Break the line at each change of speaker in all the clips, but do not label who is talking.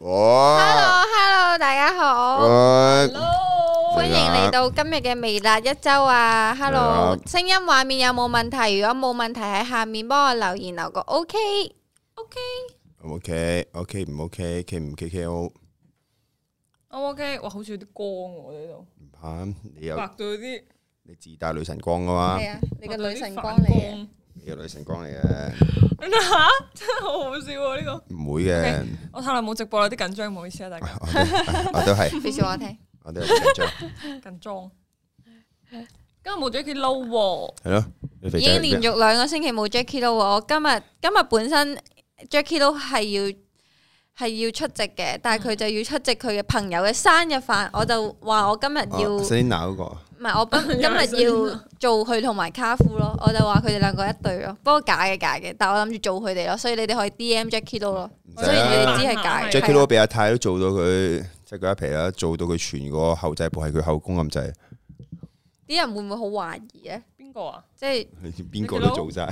哇！
Hello，Hello，大家好，
喂，
歡迎嚟到今日嘅微辣一周啊！Hello，
微
聲音畫面有冇問題？如果冇問題喺下面幫我留言留個 OK。
OK，
OK，OK 唔 OK，K 唔 KKO，
我 OK，哇，好似有啲光喎呢度，
唔怕，你有
白到有啲
你自帶女神光噶嘛？
係啊，你個女神光嚟嘅。
嚟
你有女神光嚟嘅，
嘅，吓 真係好好笑喎呢個。
唔會嘅，
我太耐冇直播啦，有啲緊張，唔好意思啊，大 家
我都 我都係，
俾笑我聽，
我都係緊張，
緊張。今日冇 Jackie Lou 喎，
係咯，你肥
已
仔
經連續兩個星期冇 Jackie 咯。我今日今日本身 Jackie 都係要係要出席嘅，但係佢就要出席佢嘅朋友嘅生日飯，我就話我今日
啊
要。
Selina 嗰個
唔係，我不今日要做佢同埋卡夫咯，我就話佢哋兩個一對咯，不過假嘅假嘅，但我諗住做佢哋咯，所以你哋可以 D M Jackie 都咯，
唔使
雖然你
啦
哋知係假嘅。
，Jackie
係
Lou
啊
俾阿泰都做到佢即係佢一皮啦，做到佢全個後製部係佢後宮咁滯，
啲人會唔會好懷疑咧？
邊個啊？
即係
邊個都做晒，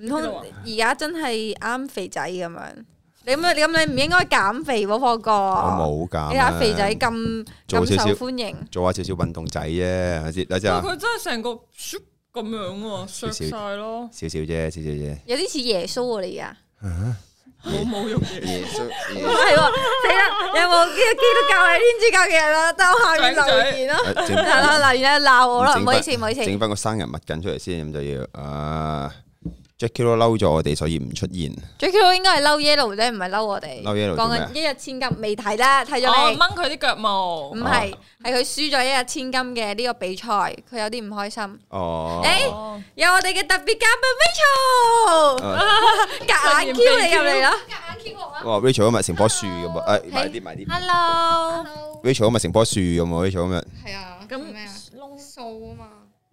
唔通而家真係啱肥仔咁樣？你咁你咁你唔應該減肥喎，放哥。
我冇㗎。
你睇下肥仔咁
做
咁
少少
受歡迎，
做下少少運動仔啫，係咪先？等陣
哇，
啊
佢真係成個 shoot 咁樣喎，削晒 咯，
少少啫，少少啫。
有啲似耶穌喎你而家。
冇冇用嘅。
耶穌，
唔係喎，死啦！有冇基基督教係天主教嘅人啦？等我下面留言咯。係
啊整
啦，留言咧鬧我啦，
整
唔好意思，唔好意思。
整翻個生日物緊出嚟先，咁就要啊。Jackie 都嬲咗我哋，所以唔出現。
Jackie Lou 應該係嬲 yellow 啫，唔係嬲我哋。
嬲 yellow 做
講
咩啊
緊一日千金未睇啦，睇咗
我
你。
哦
嗯
掹佢啲腳毛
唔，係，係佢輸咗一日千金嘅呢個比賽，佢有啲唔開心。
哦，
誒，
哦
有我哋嘅特別嘉賓 Rachel，夾硬 Q 你入嚟啦。
哇！Rachel 今日成棵樹咁啊！誒，埋啲埋啲。
Hello，
Rachel 今日成棵樹咁喎，Rachel 今日
係
à,
啊，
咁窿
數啊嘛，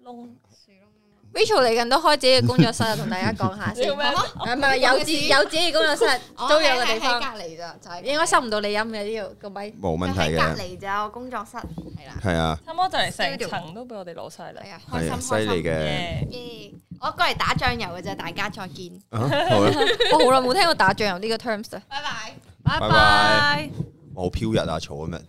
窿，
樹窿啊嘛。
Rachel 嚟緊都開自己嘅工作室啦，同大家講下先。
要咩？啊
係咪有自有自己嘅工作室，
Ờ,
租有嘅地
喺
方，
隔離咋，就係
應該收唔到你音嘅呢度個咪。
冇問題
喺隔
嘅，
離咋，我工作室係啦，
係啊，
差唔多就嚟成層都俾我哋攞晒啦
係。啊，開
係
心
啊
開
犀
心
利嘅。
耶
耶！我過嚟打醬油嘅啫，大家再見，
啊好啦，
我好耐冇聽過打醬油呢個 terms 啦。
拜拜。
拜
拜拜。我好飄逸啊，坐今日。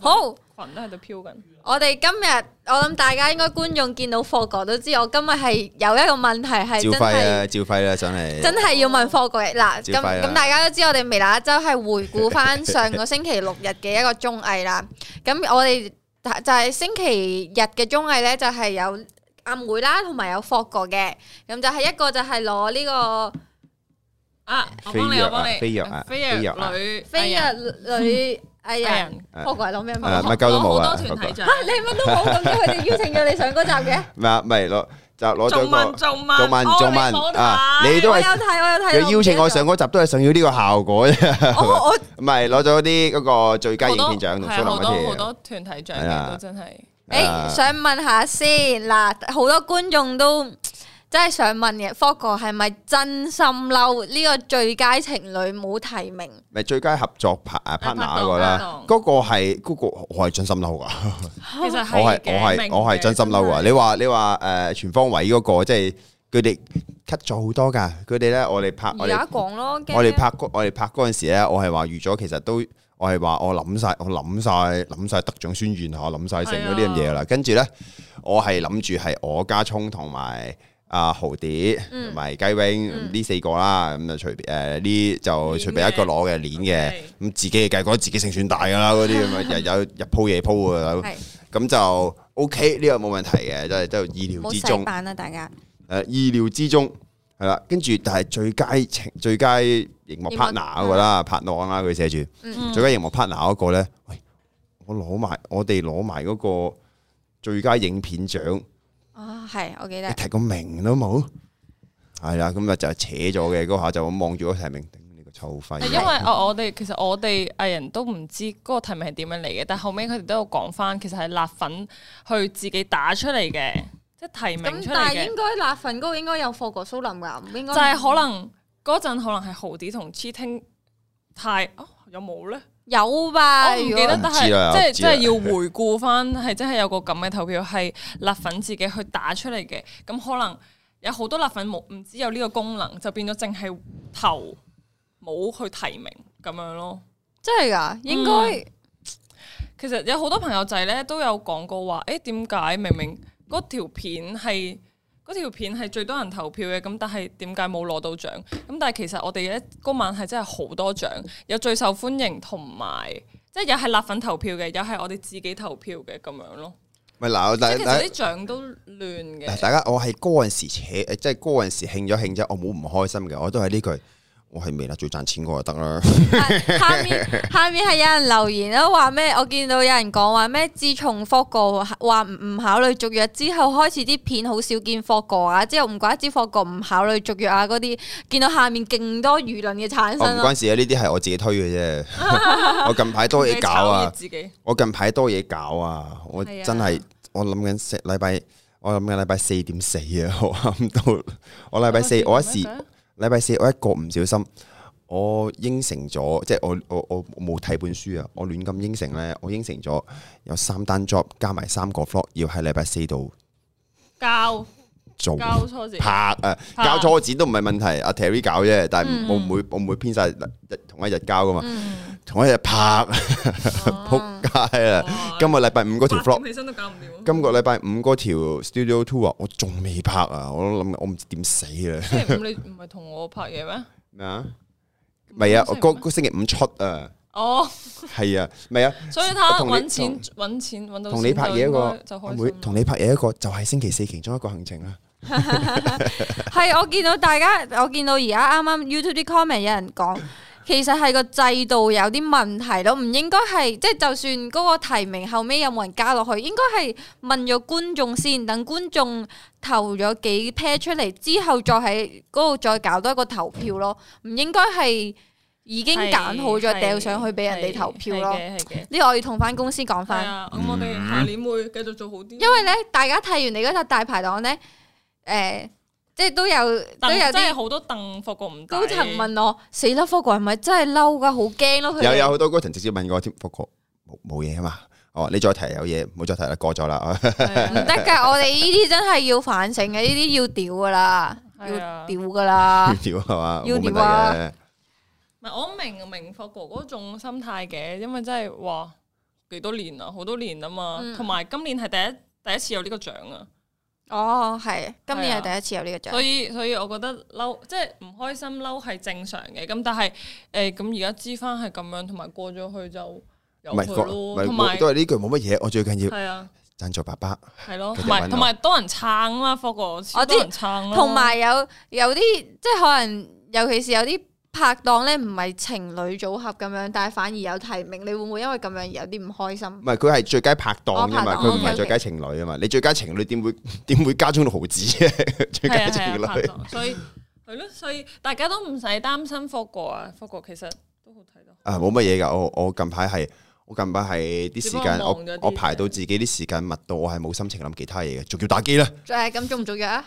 好。
裙都喺度飄緊，
我哋今日，我諗大家應該觀眾見到霍哥都知，我今日係有一個問題係
照
真
肺
係
啊，照肺啦，真係。
真係要問霍哥嘅嗱，咁
照肺啊
咁大家都知我哋微辣一周係回顧翻上個星期六日嘅一個綜藝啦。咁我哋就係星期日嘅綜藝呢，就係有阿妹啦，同埋有霍哥嘅。咁就係一個就係攞呢個
啊！我幫你，我幫你，
飛躍啊飛
飛
躍啊
躍女哎
飛
藝人
躍女藝
藝
人，
人，
啊
霍哥係攞咩
啊
名？
乜鳩都冇啊
攞好多團體獎
嚇你乜都冇，咁佢哋邀請咗你上嗰集嘅？
咩啊？咪攞就攞咗
仲
個
問。仲問
仲問仲問啊你都
我
係
有睇，我有睇。
佢邀請我上嗰集都係想要呢個效果啫，
我我
唔係攞咗啲嗰個最佳影片獎同
係啊
蘇
好多
林
好
嗰條。
多團體獎
係啊
嘅都真係，
誒想問下先嗱，好多觀眾都真係想問嘅，Fog 哥係咪真心嬲呢個最佳情侶冇提名？
咪最佳合作拍啊 partner 嗰個啦，嗰個係嗰個我係真心嬲噶，
其實
我係
係
我
嘅
係我係真心嬲啊噶。
明嘅
你話你話誒全方位嗰個即係佢哋 cut 咗好多㗎，佢哋咧我哋啊拍我哋
而家講咯，驚
我哋拍嗰我哋拍嗰陣時咧，我係話預咗其實都我係話我諗晒我諗晒諗晒得獎宣言啊，我諗晒成嗰啲咁嘢啦。跟住咧，我係諗住係我加葱同埋。阿豪蝶同埋雞 wing 呢四個啦，咁就隨誒呢就隨便一個攞嘅鏈嘅
OK，
咁自己嘅計覺得自己勝算大噶啦，嗰啲咁啊，日有日鋪夜鋪啊，
係
咁就 OK 呢個冇問題嘅，真係都意料
冇
之中
洗。
啊
版啦，大家
誒呃意料之中係啦，跟住但係最佳情最佳熒幕
熒幕
partner 嗰個
嗯
啦，拍檔啦，佢寫住
嗯
最佳熒幕 partner 嗰個咧，喂，我攞埋我哋攞埋嗰個最佳影片獎，
啊，係我記
你
得
提個名都冇，係啦，咁啊就扯咗嘅嗰下就咁望住個提名，頂你個臭肺，
係因為我我哋其實我哋藝人都唔知嗰個題目係點樣嚟嘅，但後尾佢哋都有講翻，其實係辣粉去自己打出嚟嘅，即係提名
咁，
出嚟
但
嘅
係，應該辣粉嗰個應該有 Fog 哥蘇林㗎，唔應該
就係可能嗰陣可能係豪子同 cheating 太啊有冇咧？
有吧？
我唔記得，
如果
但
唔知啊啦我唔
係即係
知
即
啦
係要回顧翻，係真係有個咁嘅投票係辣粉自己去打出嚟嘅，咁可能有好多辣粉冇唔知有呢個功能，就變咗淨係投冇去提名，咁樣咯。
真系噶，應
嗯
該
其實有好多朋友仔咧都有講過話，誒點解明明嗰條片係嗰條片係最多人投票嘅，咁但係點解冇攞到獎？咁但係其實我哋咧嗰晚係真係好多獎，有最受歡迎同埋即係又係辣粉投票嘅，又係我哋自己投票嘅咁樣咯。
咪嗱，
即
但
係其實啲獎都亂
嗱，
嘅，
大家我係嗰陣時扯，即係嗰陣時興咗興啫，我冇唔開心嘅，我都係呢句，我係微辣最賺錢嗰個就得啦。
下面下面係有人留言啦，話咩？我見到有人講話咩？自從霍哥話唔唔考慮續約之後，開始啲片好少見霍哥啊，之後唔怪之霍哥唔考慮續約啊嗰啲，見到下面勁多輿論嘅產
我唔
生咯。
關事啊，呢啲係我自己推嘅 啫。我近排多嘢搞
你炒熱
啊，
自己
我近排多嘢搞啊，我
係啊
真係我諗緊四禮拜，我諗緊禮拜四點死啊， 我諗到我
哦
禮拜四我一時。
啊
禮拜四我一個唔小心，我應承咗，即係我我我我冇睇本書啊，我亂咁應承咧，我應承咗有三單 job 加埋三個 vlog 要喺禮拜四度
交
做
交初時
拍啊，
拍
交初剪都唔係問題，阿 Terry 搞啫，但係我唔會我唔會編晒日同一日交噶嘛，同一日拍，仆街啦！今個禮拜五嗰條 vlog。
起身都搞唔掂。
今個禮拜五嗰條 studio tour 啊我仲未拍啊，我都諗緊我唔知點死啊！
星期五你唔係同我拍嘢咩？
咩啊？唔係啊，我
星期五
嗰嗰星期五出啊！
哦。
係啊，咪啊，
所以睇下
同你
揾錢揾錢揾到
同你拍嘢一個
個，就
阿
開
妹
心，
同你拍嘢一個就係星期四其中一個行程啦。
係我見到大家，我見到而家啱啱 YouTube 啲 comment 有人講，其實係個制度有啲問題咯，唔應該係即係就算嗰個提名後尾有冇人加落去，應該係問咗觀眾先，等觀眾投咗幾 pair 出嚟之後，再喺嗰度再搞多一個投票咯，唔應該係已經
係
揀好咗掉上去俾人哋投票咯。
係嘅，係嘅。
呢個我要同翻公司講
係
翻。
啊，咁我
嗯
哋下年會繼續做好啲。因
因為咧，大家睇完你嗰集大排檔咧，诶、即係都有都有
真係
啲
好多凳霍過唔抵
高層問我：死啦，科國係咪真係嬲噶？好驚咯！佢
有
哋
有好多高層直接問我添，不過冇冇嘢啊嘛。哦，你再提有嘢，唔好再提啦，過咗啦。，
唔
係啊
得㗎，我哋呢啲真係要反省嘅，呢啲要屌㗎啦，
係
要
啊
屌㗎啦
屌係嘛，
要
冇問題
屌啊
嘅。
唔係我明明霍哥嗰種心態嘅，因為真係哇幾多年啦，好多年啊嘛，
嗯
同埋今年係第一第一次有呢個獎啊，
哦，係，今年係
係啊
第一次有呢個
所
獎，
以所以我覺得嬲，即係唔開心嬲係正常嘅。咁但係誒咁而家知翻係咁樣，同埋過咗去就有
唔係
佢
個唔
咯，
係
同埋
冇都係呢句冇乜嘢。我最緊要
係啊。
贊助爸爸，
系咯，
繼續
同
搵我
埋同埋多人撐啊嘛，霍哥超
我知
多人撐咯，
同埋有有啲即係可能，尤其是有啲拍檔咧，唔係情侶組合咁樣，但係反而有提名，你會唔會因為咁樣而有啲唔開心
唔？係佢係最佳拍檔啫嘛，
哦拍檔
佢唔係
OK，OK
最佳情侶啊嘛。你最佳情侶點會 點會家中六毫子啫？ 最
係
佳
啊
情
係啊拍
侶
檔，所以係咯，所以大家都唔使擔心霍哥啊，霍哥其實都好睇到，
啊，冇乜嘢㗎。我我近排係我近排係啲時間，
只不過
我
忙咗啲
我排到自己啲時間密到，我係冇心情諗其他嘢嘅，仲要打機啦。
誒咁續唔續約啊？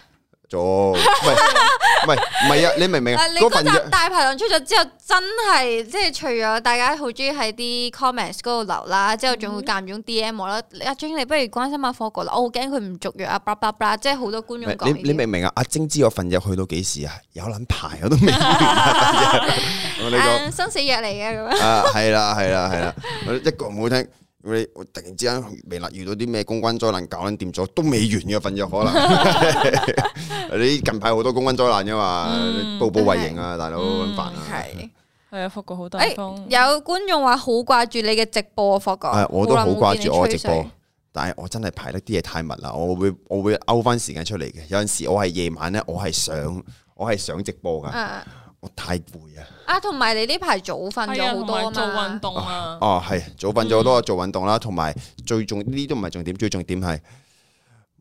做，唔係 唔係唔係啊！你明唔明啊？
但係你
嗰
嗰
份
集
約
大排檔出咗之後，真係即係除咗大家好中意喺啲 comments 嗰度留啦，之後
嗯
仲會間唔中 DM 我啦。阿 Jane，你不如關心下霍哥啦，我好驚佢唔續約啊，叭叭叭，即係好多觀眾
唔係
講呢
你你
啲。
明唔明啊？阿晶知我份約去到幾時啊？有撚排我都未啊 我呢個
啊生死約嚟嘅咁樣，
啊，係啦係啦係啦，我一個唔好聽。我哋我突然之間未立遇到啲咩公關災難搞撚掂咗，都未完嘅份約可能。 你近排好多公關災難噶嘛，
嗯
步步為營啊，大佬好撚煩啊！
係
係啊，霍哥好大方，
誒哎有觀眾話好掛住你嘅直播啊，霍哥
啊，我都好掛住我嘅直。播
耐冇見你吹水，
但係我真係排得啲嘢太密啦，我會我會勾翻時間出嚟嘅。有陣時我係夜晚咧，我係想我係想直播噶，
啊
我太攰啊！
啊，同埋你呢排早瞓
係
咗好
啊，同
多啊
埋做運
嘛，
動啊，
哦，係早瞓咗好
嗯
多，做運動啦，同埋最重呢啲都唔係重點，最重點係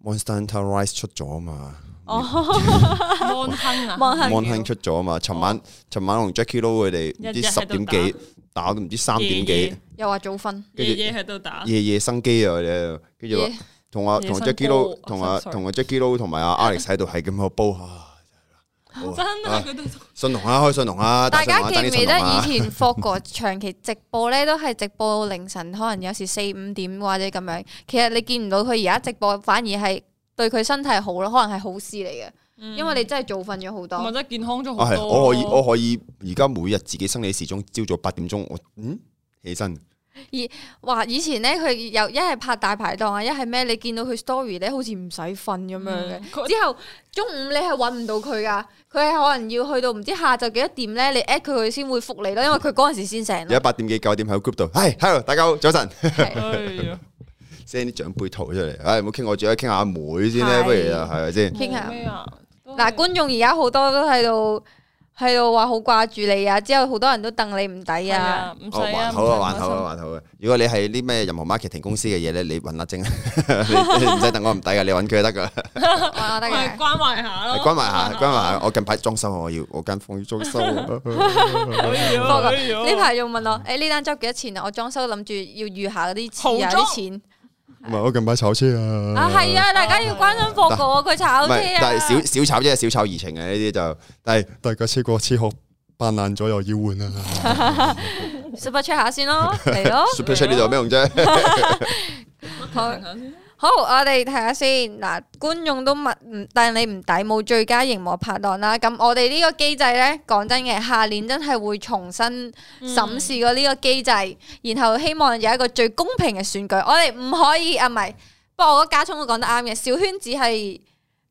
Monster Hunter Rise 出咗啊 嘛
安亨啊，哦
望下
，Mon Hun 出咗啊嘛。尋晚尋晚我同 Jackie Lou 佢哋唔
日
知
日
十
喺度
點
打
幾打到唔知三點幾，
又話早瞓，
跟
夜
住
夜夜喺度打，
夜夜生機啊！佢哋跟住話
夜
同我
夜
同
生
Jackie Lou
煲
同啊
sorry
同啊 Jackie Lou 同埋 阿 Alex 喺度係咁喺度煲啊！
真
啊
係佢都
信龍啊，開信龍啊，
大家
打
記
信龍啊
唔記得以
打啲信龍啊
前霍哥長期直播咧，都係直播凌晨，可能有時四五點或者咁樣。其實你見唔到佢而家直播，反而係對佢身體好咯，可能係好事嚟嘅。
嗯
因為你真係早瞓咗好
同
多。
埋真係健康咗
啊
好
係，
多。
我可以我可以而家每日自己生理時鐘，朝早八點鐘我嗯起身，
哇！以前咧佢又一係拍大排檔啊，一係咩？你見到佢 story 咧，好似唔使瞓咁樣嘅。
嗯佢
之後中午你係揾唔到佢噶，佢係可能要去到唔知下晝幾多點咧，你 at 佢佢先會覆你咯，因為佢嗰陣時先醒
而
咯。
家八點幾九點喺個 group 度，係 hello 大家好，早晨
哎呀
，send 啲長輩圖出嚟，唉唔好傾我，主要傾下阿妹先咧，
係
不如啊係咪先？
傾下
冇咩啊？都
嗱，
係
觀眾而家好多都喺度喺度話好掛住你啊，之後好多人都戥你唔抵
係
啊。
啊，唔
哦，
使啊，
還好啊，
唔
還
使
好啊，
唔
還好啊！如果你係啲咩任何 marketing 公司嘅嘢咧，你揾阿晶，啊 你你唔使等我唔抵噶，你揾佢就得噶啦。
哇得
使係啊
嘅，
關懷下
哦
咯，
關埋下，關埋下，我近排裝修啊，我要我間房要裝修啊。
不過呢
呢
排仲問我，誒呢單 job 幾多錢啊？我裝修諗住要預下嗰啲錢啊
豪裝
啲錢
唔係我近排炒車
啊，係啊，大家要關心博哥啊，佢炒
嗯唔
車
係，但係
啊。
小小炒啫，小炒怡情嘅呢啲就，但係大家車過車殼扮爛咗又要換啊
哦
啦。
super check 下 先咯，嚟咯。
Super Chat 呢度有咩用啫？
好好，我哋睇下先嗱，觀眾都問，唔但你唔抵冇最佳熒幕拍檔啦。咁我哋呢個機制呢，講真嘅，下年真係會重新
嗯
審視過呢個機制，然後希望有一個最公平嘅選舉。我哋唔可以啊，唔係，不過我覺得家聰都講得啱嘅，小圈子係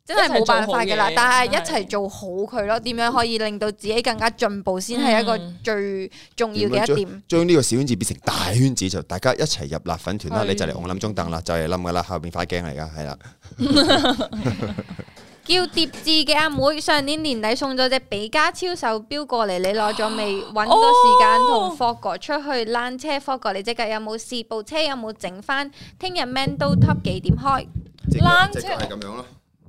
真係冇辦法嘅啦
一齊做好嘢。
但係一
係
齊做好佢咯，點樣可以令到自己更加進步，先係一個
嗯
最重要
點樣
嘅
做
一點。
將呢個小圈子變成大圈子，就大家一齊入辣粉團啦！
係
你就嚟我冧中凳啦，就嚟冧噶啦，後邊塊鏡嚟噶，係啦。
叫疊字嘅阿妹上年年底送咗隻比加超手錶過嚟，你攞咗未？揾個時間同霍哥出去躝車，霍哥你即刻有冇試部車？有冇整翻？聽日 Man Do Top 幾點開？
隻
躝
隻
車
腳係咁樣咯。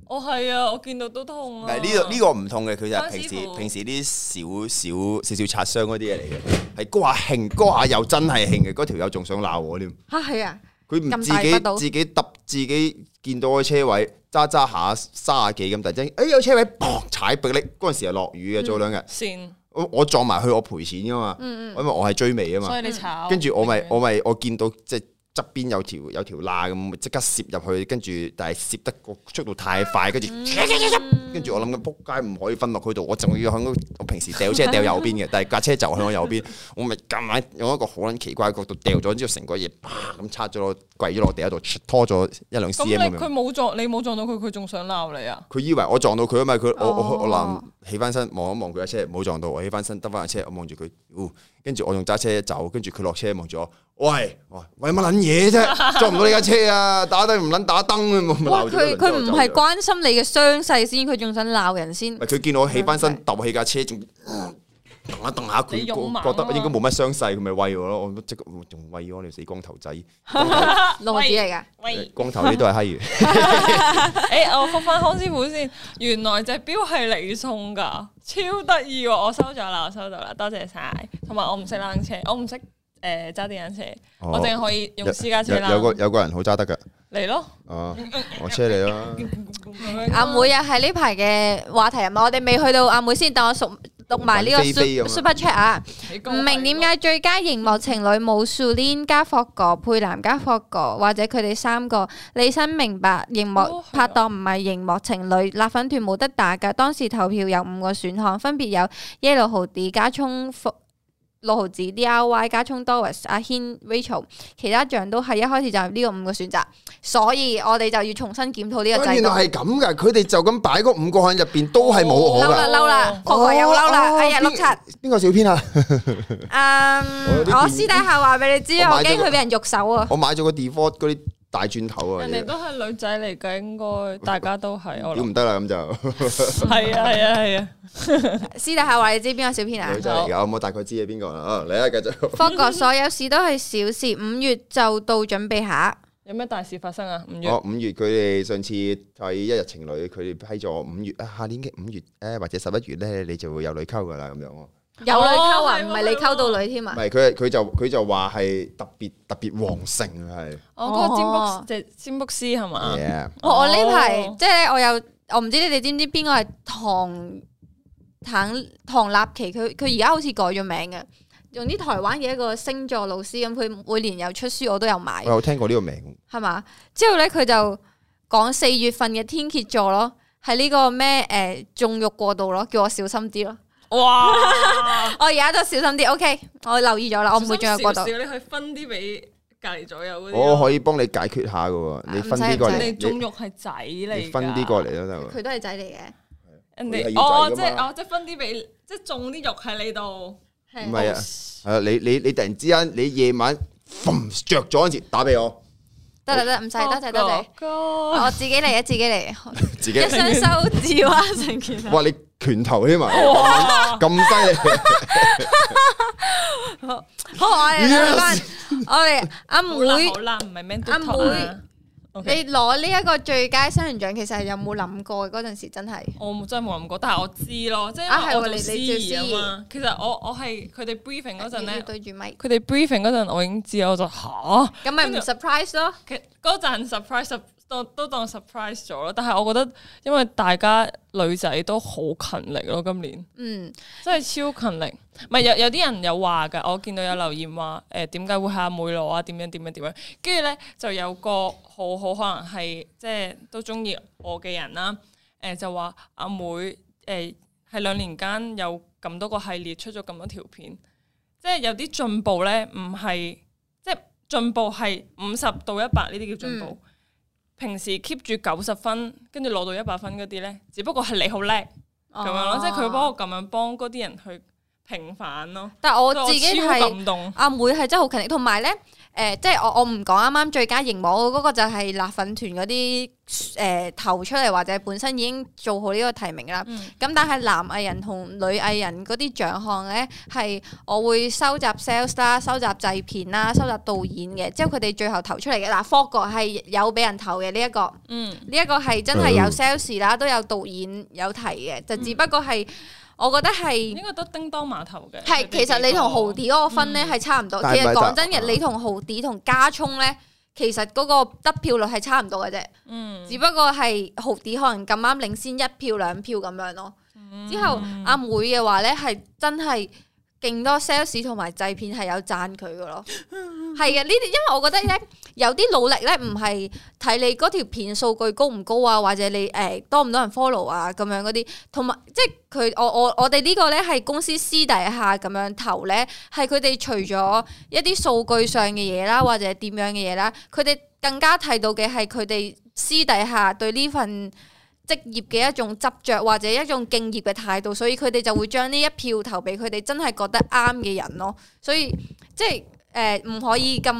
我係啊，我見到都痛啊。
但係呢個呢個唔同嘅，佢就係平時
關師傅
平時啲少少少少擦傷嗰啲嘢嚟嘅，係嗰下興，嗰下又真係興嘅，嗰條友仲想鬧我添，
嚇係啊！
佢唔
咁
自
大
己
不到
自己揼自己見到個車位揸揸下卅幾咁，突然之間，哎有車位，砰踩迫力，嗰陣時又落雨嘅，早兩日，
線，
嗯
我我撞埋去我賠錢噶嘛，因為我係追尾啊嘛
所，以你炒。
跟住我咪我咪我見到即係側邊有條有條罅咁，即刻攝入去，跟住但係攝得個速度太快，跟住
嗯
跟住我諗緊撲街唔可以分落去度，我仲要響嗰我平時掉車掉右邊嘅，但係架車就響我右邊，我咪夾硬用一個好撚奇怪嘅角度掉咗之後，成個嘢啪咁插咗落跪咗落地喺度，拖咗一兩 cm
咁
咁
你佢
樣。
冇撞，你冇撞到佢，佢仲想鬧你啊？
佢以為我撞到佢啊嘛，佢我我我
哦
諗起翻身望一望佢架車，冇撞到我起翻身得翻架車，我望住佢，哦跟住我仲揸車走，跟住佢落車望住我，喂喂喂乜撚嘢啫，撞唔到你架車啊，打燈唔撚打燈啊，冇冇
哇！
鬧咗
佢
一輪之後
佢唔
走
係
咗
關心你嘅傷勢先，佢仲想鬧人先
咪。佢見我起翻身，揼起架車，仲蹬下蹬下，佢
你勇猛
覺
啊
覺得應該冇乜傷勢，佢咪喂我咯。我即刻我仲喂我，你死光頭仔，
浪子嚟㗎，
喂，
光頭呢都係閪魚。
誒，我覆翻康師傅先，原來隻錶係你送噶，超得意喎！我收咗啦，我收咗啦，多謝晒。同埋我唔識冷車，我唔識誒揸電單車，我淨係可以用私家車啦
哦有。有個有個人好揸得㗎，
嚟 咯，
啊，我車你啦。
阿妹又係呢排嘅話題人物，我哋未去到阿妹先，但我熟讀埋呢個
飛飛咁啊
super super chat 啊！唔明點解最佳熒幕情侶冇 s u l i n 加霍哥配男加霍哥，或者佢哋三個，你新明白熒幕
哦係啊
拍檔唔係熒幕情侶，辣粉團冇得打㗎。當時投票有五個選項，分別有 yellow 毫子、加葱六毫子、D R Y、加葱 Doris、阿軒、Rachel，其他像都係一開始就係呢個五個選擇，所以我哋就要重新檢討呢個制
哦原來
度。
係咁㗎，佢哋就咁擺嗰五個喺入邊都係冇我
嬲
㗎。
啦嬲
哦
啦，霍哥又嬲
哦
啦，哎呀碌柒。
邊個小編啊？ 我有
嗯，
啲
我
建議
私底下話俾你知，
我買
我
咗
驚
個
佢俾人喐手啊！
我買咗個 default 嗰啲大磚頭啊，
人哋都係女仔嚟嘅，應該大家都係 我
屌
諗
唔得啦咁 就
係啊係啊係啊！
私底下話你知邊個小編啊
女？仔嚟㗎，我冇大概知係邊個啦。啊，嚟啦，繼續。
發覺所有事都係小事，五月就到準備下。
有咩大事發生啊？五月
哦，五月佢哋上次睇一日情侶，佢哋批咗五月啊，下年嘅五月咧或者十一月咧，你就會有女溝噶啦咁樣喎。唔
有女溝啊，
係喎
唔係你溝到女添啊？
係佢佢就佢就話係特別特別旺盛啊係，
我嗰個
哦
占卜即係占卜師係
啊
嘛？
Yeah，
我
어.
我呢排
哦
即係咧，我有我唔知你哋知唔知邊個係唐唐唐立奇？佢佢而家好似改咗名嘅，用啲台灣嘅一個星座老師咁，佢每年有出書，我都有買
我。
哦
有聽過呢個名。
係嘛？之後咧佢就講四月份嘅天蝎座咯，係呢個咩诶纵欲過度咯，叫我小心啲咯。
哇！
我而家都小心啲，OK，我留意咗啦，我唔會縱欲過度
小。心少少你可以分啲俾隔離左右嗰啲咯。
我可以幫你解決下嘅喎，你分啲過
唔使
嚟，
唔使
哎你中
你
肉係仔嚟㗎，
你分啲過嚟都得喎。
佢都係仔嚟嘅，
人
佢係
哋
要
哦，
仔㗎
即係
嘛
哦，即係分啲俾，即係種啲肉喺你度。
唔係啊，係啊，你你你突然之間，你夜晚瞓着咗嗰陣時打俾 我，
得啦得啦，唔使多謝多謝，
謝。
我自己嚟嘅，自 己嚟嘅，
自己
一箱收字哇，成件事。
哇你拳頭添埋，
哇！
咁犀利，
好，我哋睇翻，我哋阿
好啦
妹
好。啦，唔係 man
阿妹
to talk 啦。
你
OK，
攞呢一個最佳新人獎，其實係有冇諗過嗰陣時真係
我冇真係冇諗過，但係我知咯，即係
啊係
因為
喎
我做
你你
司
做
儀
司儀
啊嘛。其實我我係佢哋 briefing 嗰陣
要
咧，
對住咪，
佢哋 briefing 嗰陣我已經知啦，我就吓。
咁咪唔 surprise 咯。
其實嗰陣 surprise 都都當 surprise 咗咯，但係我覺得因為大家女仔都好勤力咯，今年
嗯，
真係超勤力。唔係有有啲人有話㗎，我見到有留言話 誒點解會係阿妹攞啊？點樣點樣點樣？跟住咧就有個好好可能係即係都中意我嘅人啦。誒、就話阿妹誒係、兩年間有咁多個系列出咗咁多條片，即係有啲進步咧，唔係即係進步係五十到一百呢啲叫進步。平時 keep 住九十分，跟住攞到一百分嗰啲咧，只不過係你好叻。咁樣
哦
咯，即係佢幫
幫，
我咁樣幫嗰啲人去平反咯。
但我自己
所以我超
係
感動，
阿妹係真係好勤力，同埋咧。誒、即係我我唔講啱啱最佳熒幕嗰個就係辣粉團嗰啲誒投出嚟，或者本身已經做好呢個提名啦。
嗯
咁但係男藝人同女藝人嗰啲獎項咧，係我會收集 sales 啦、收集製片啦、收集導演嘅，之後佢哋最後投出嚟嘅。嗱 f o g 係有俾人投嘅呢一個，
嗯，
呢一個係真係有 sales 啦，都有導演有提嘅，就只不過係我覺得係
應該都叮當碼頭嘅。
係
佢哋啊
其實你同豪
幾
迪嗰個分
嗯
咧係差唔多。
但
其
係啊嗯咪
實講真
但
嘅，你同豪迪同加聰咧，其實嗰個得票率係差唔多嘅啫，
個，嗯，
只不過係豪迪可能咁啱領先一票兩票咁樣咯。之後啊
嗯
阿妹嘅話咧，係真係勁多 sales 同埋製片係有讚佢嘅咯。係嘅，呢啲因為我覺得咧，有啲努力咧唔係睇你嗰條片數據高唔高啊，或者你誒、多唔多人 follow 啊咁樣嗰啲，同埋即係佢我我我哋呢個咧係公司私底下咁樣投咧，係佢哋除咗一啲數據上嘅嘢啦，或者點樣嘅嘢啦，佢哋更加睇到嘅係佢哋私底下對呢份。職業嘅一種執着或者一種敬業嘅態度，所以佢哋就會將呢一票投俾佢哋真係覺得啱嘅人咯。所以即係誒唔可以咁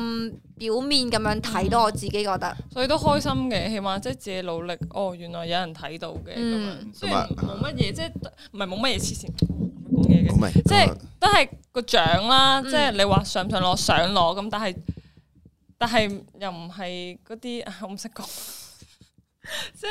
表面咁樣睇咯，我自己覺得。
所以都開心嘅，起碼即係自己努力。哦，原來有人睇到嘅咁
嗯
樣，雖然
咁啊
冇乜嘢，即係唔係冇乜嘢黐線咁樣講嘢嘅
好。咪啊
即係都係個獎啦，
嗯
即係你話想唔想攞想攞咁，但係但係又唔係嗰啲，啊我唔識講， 即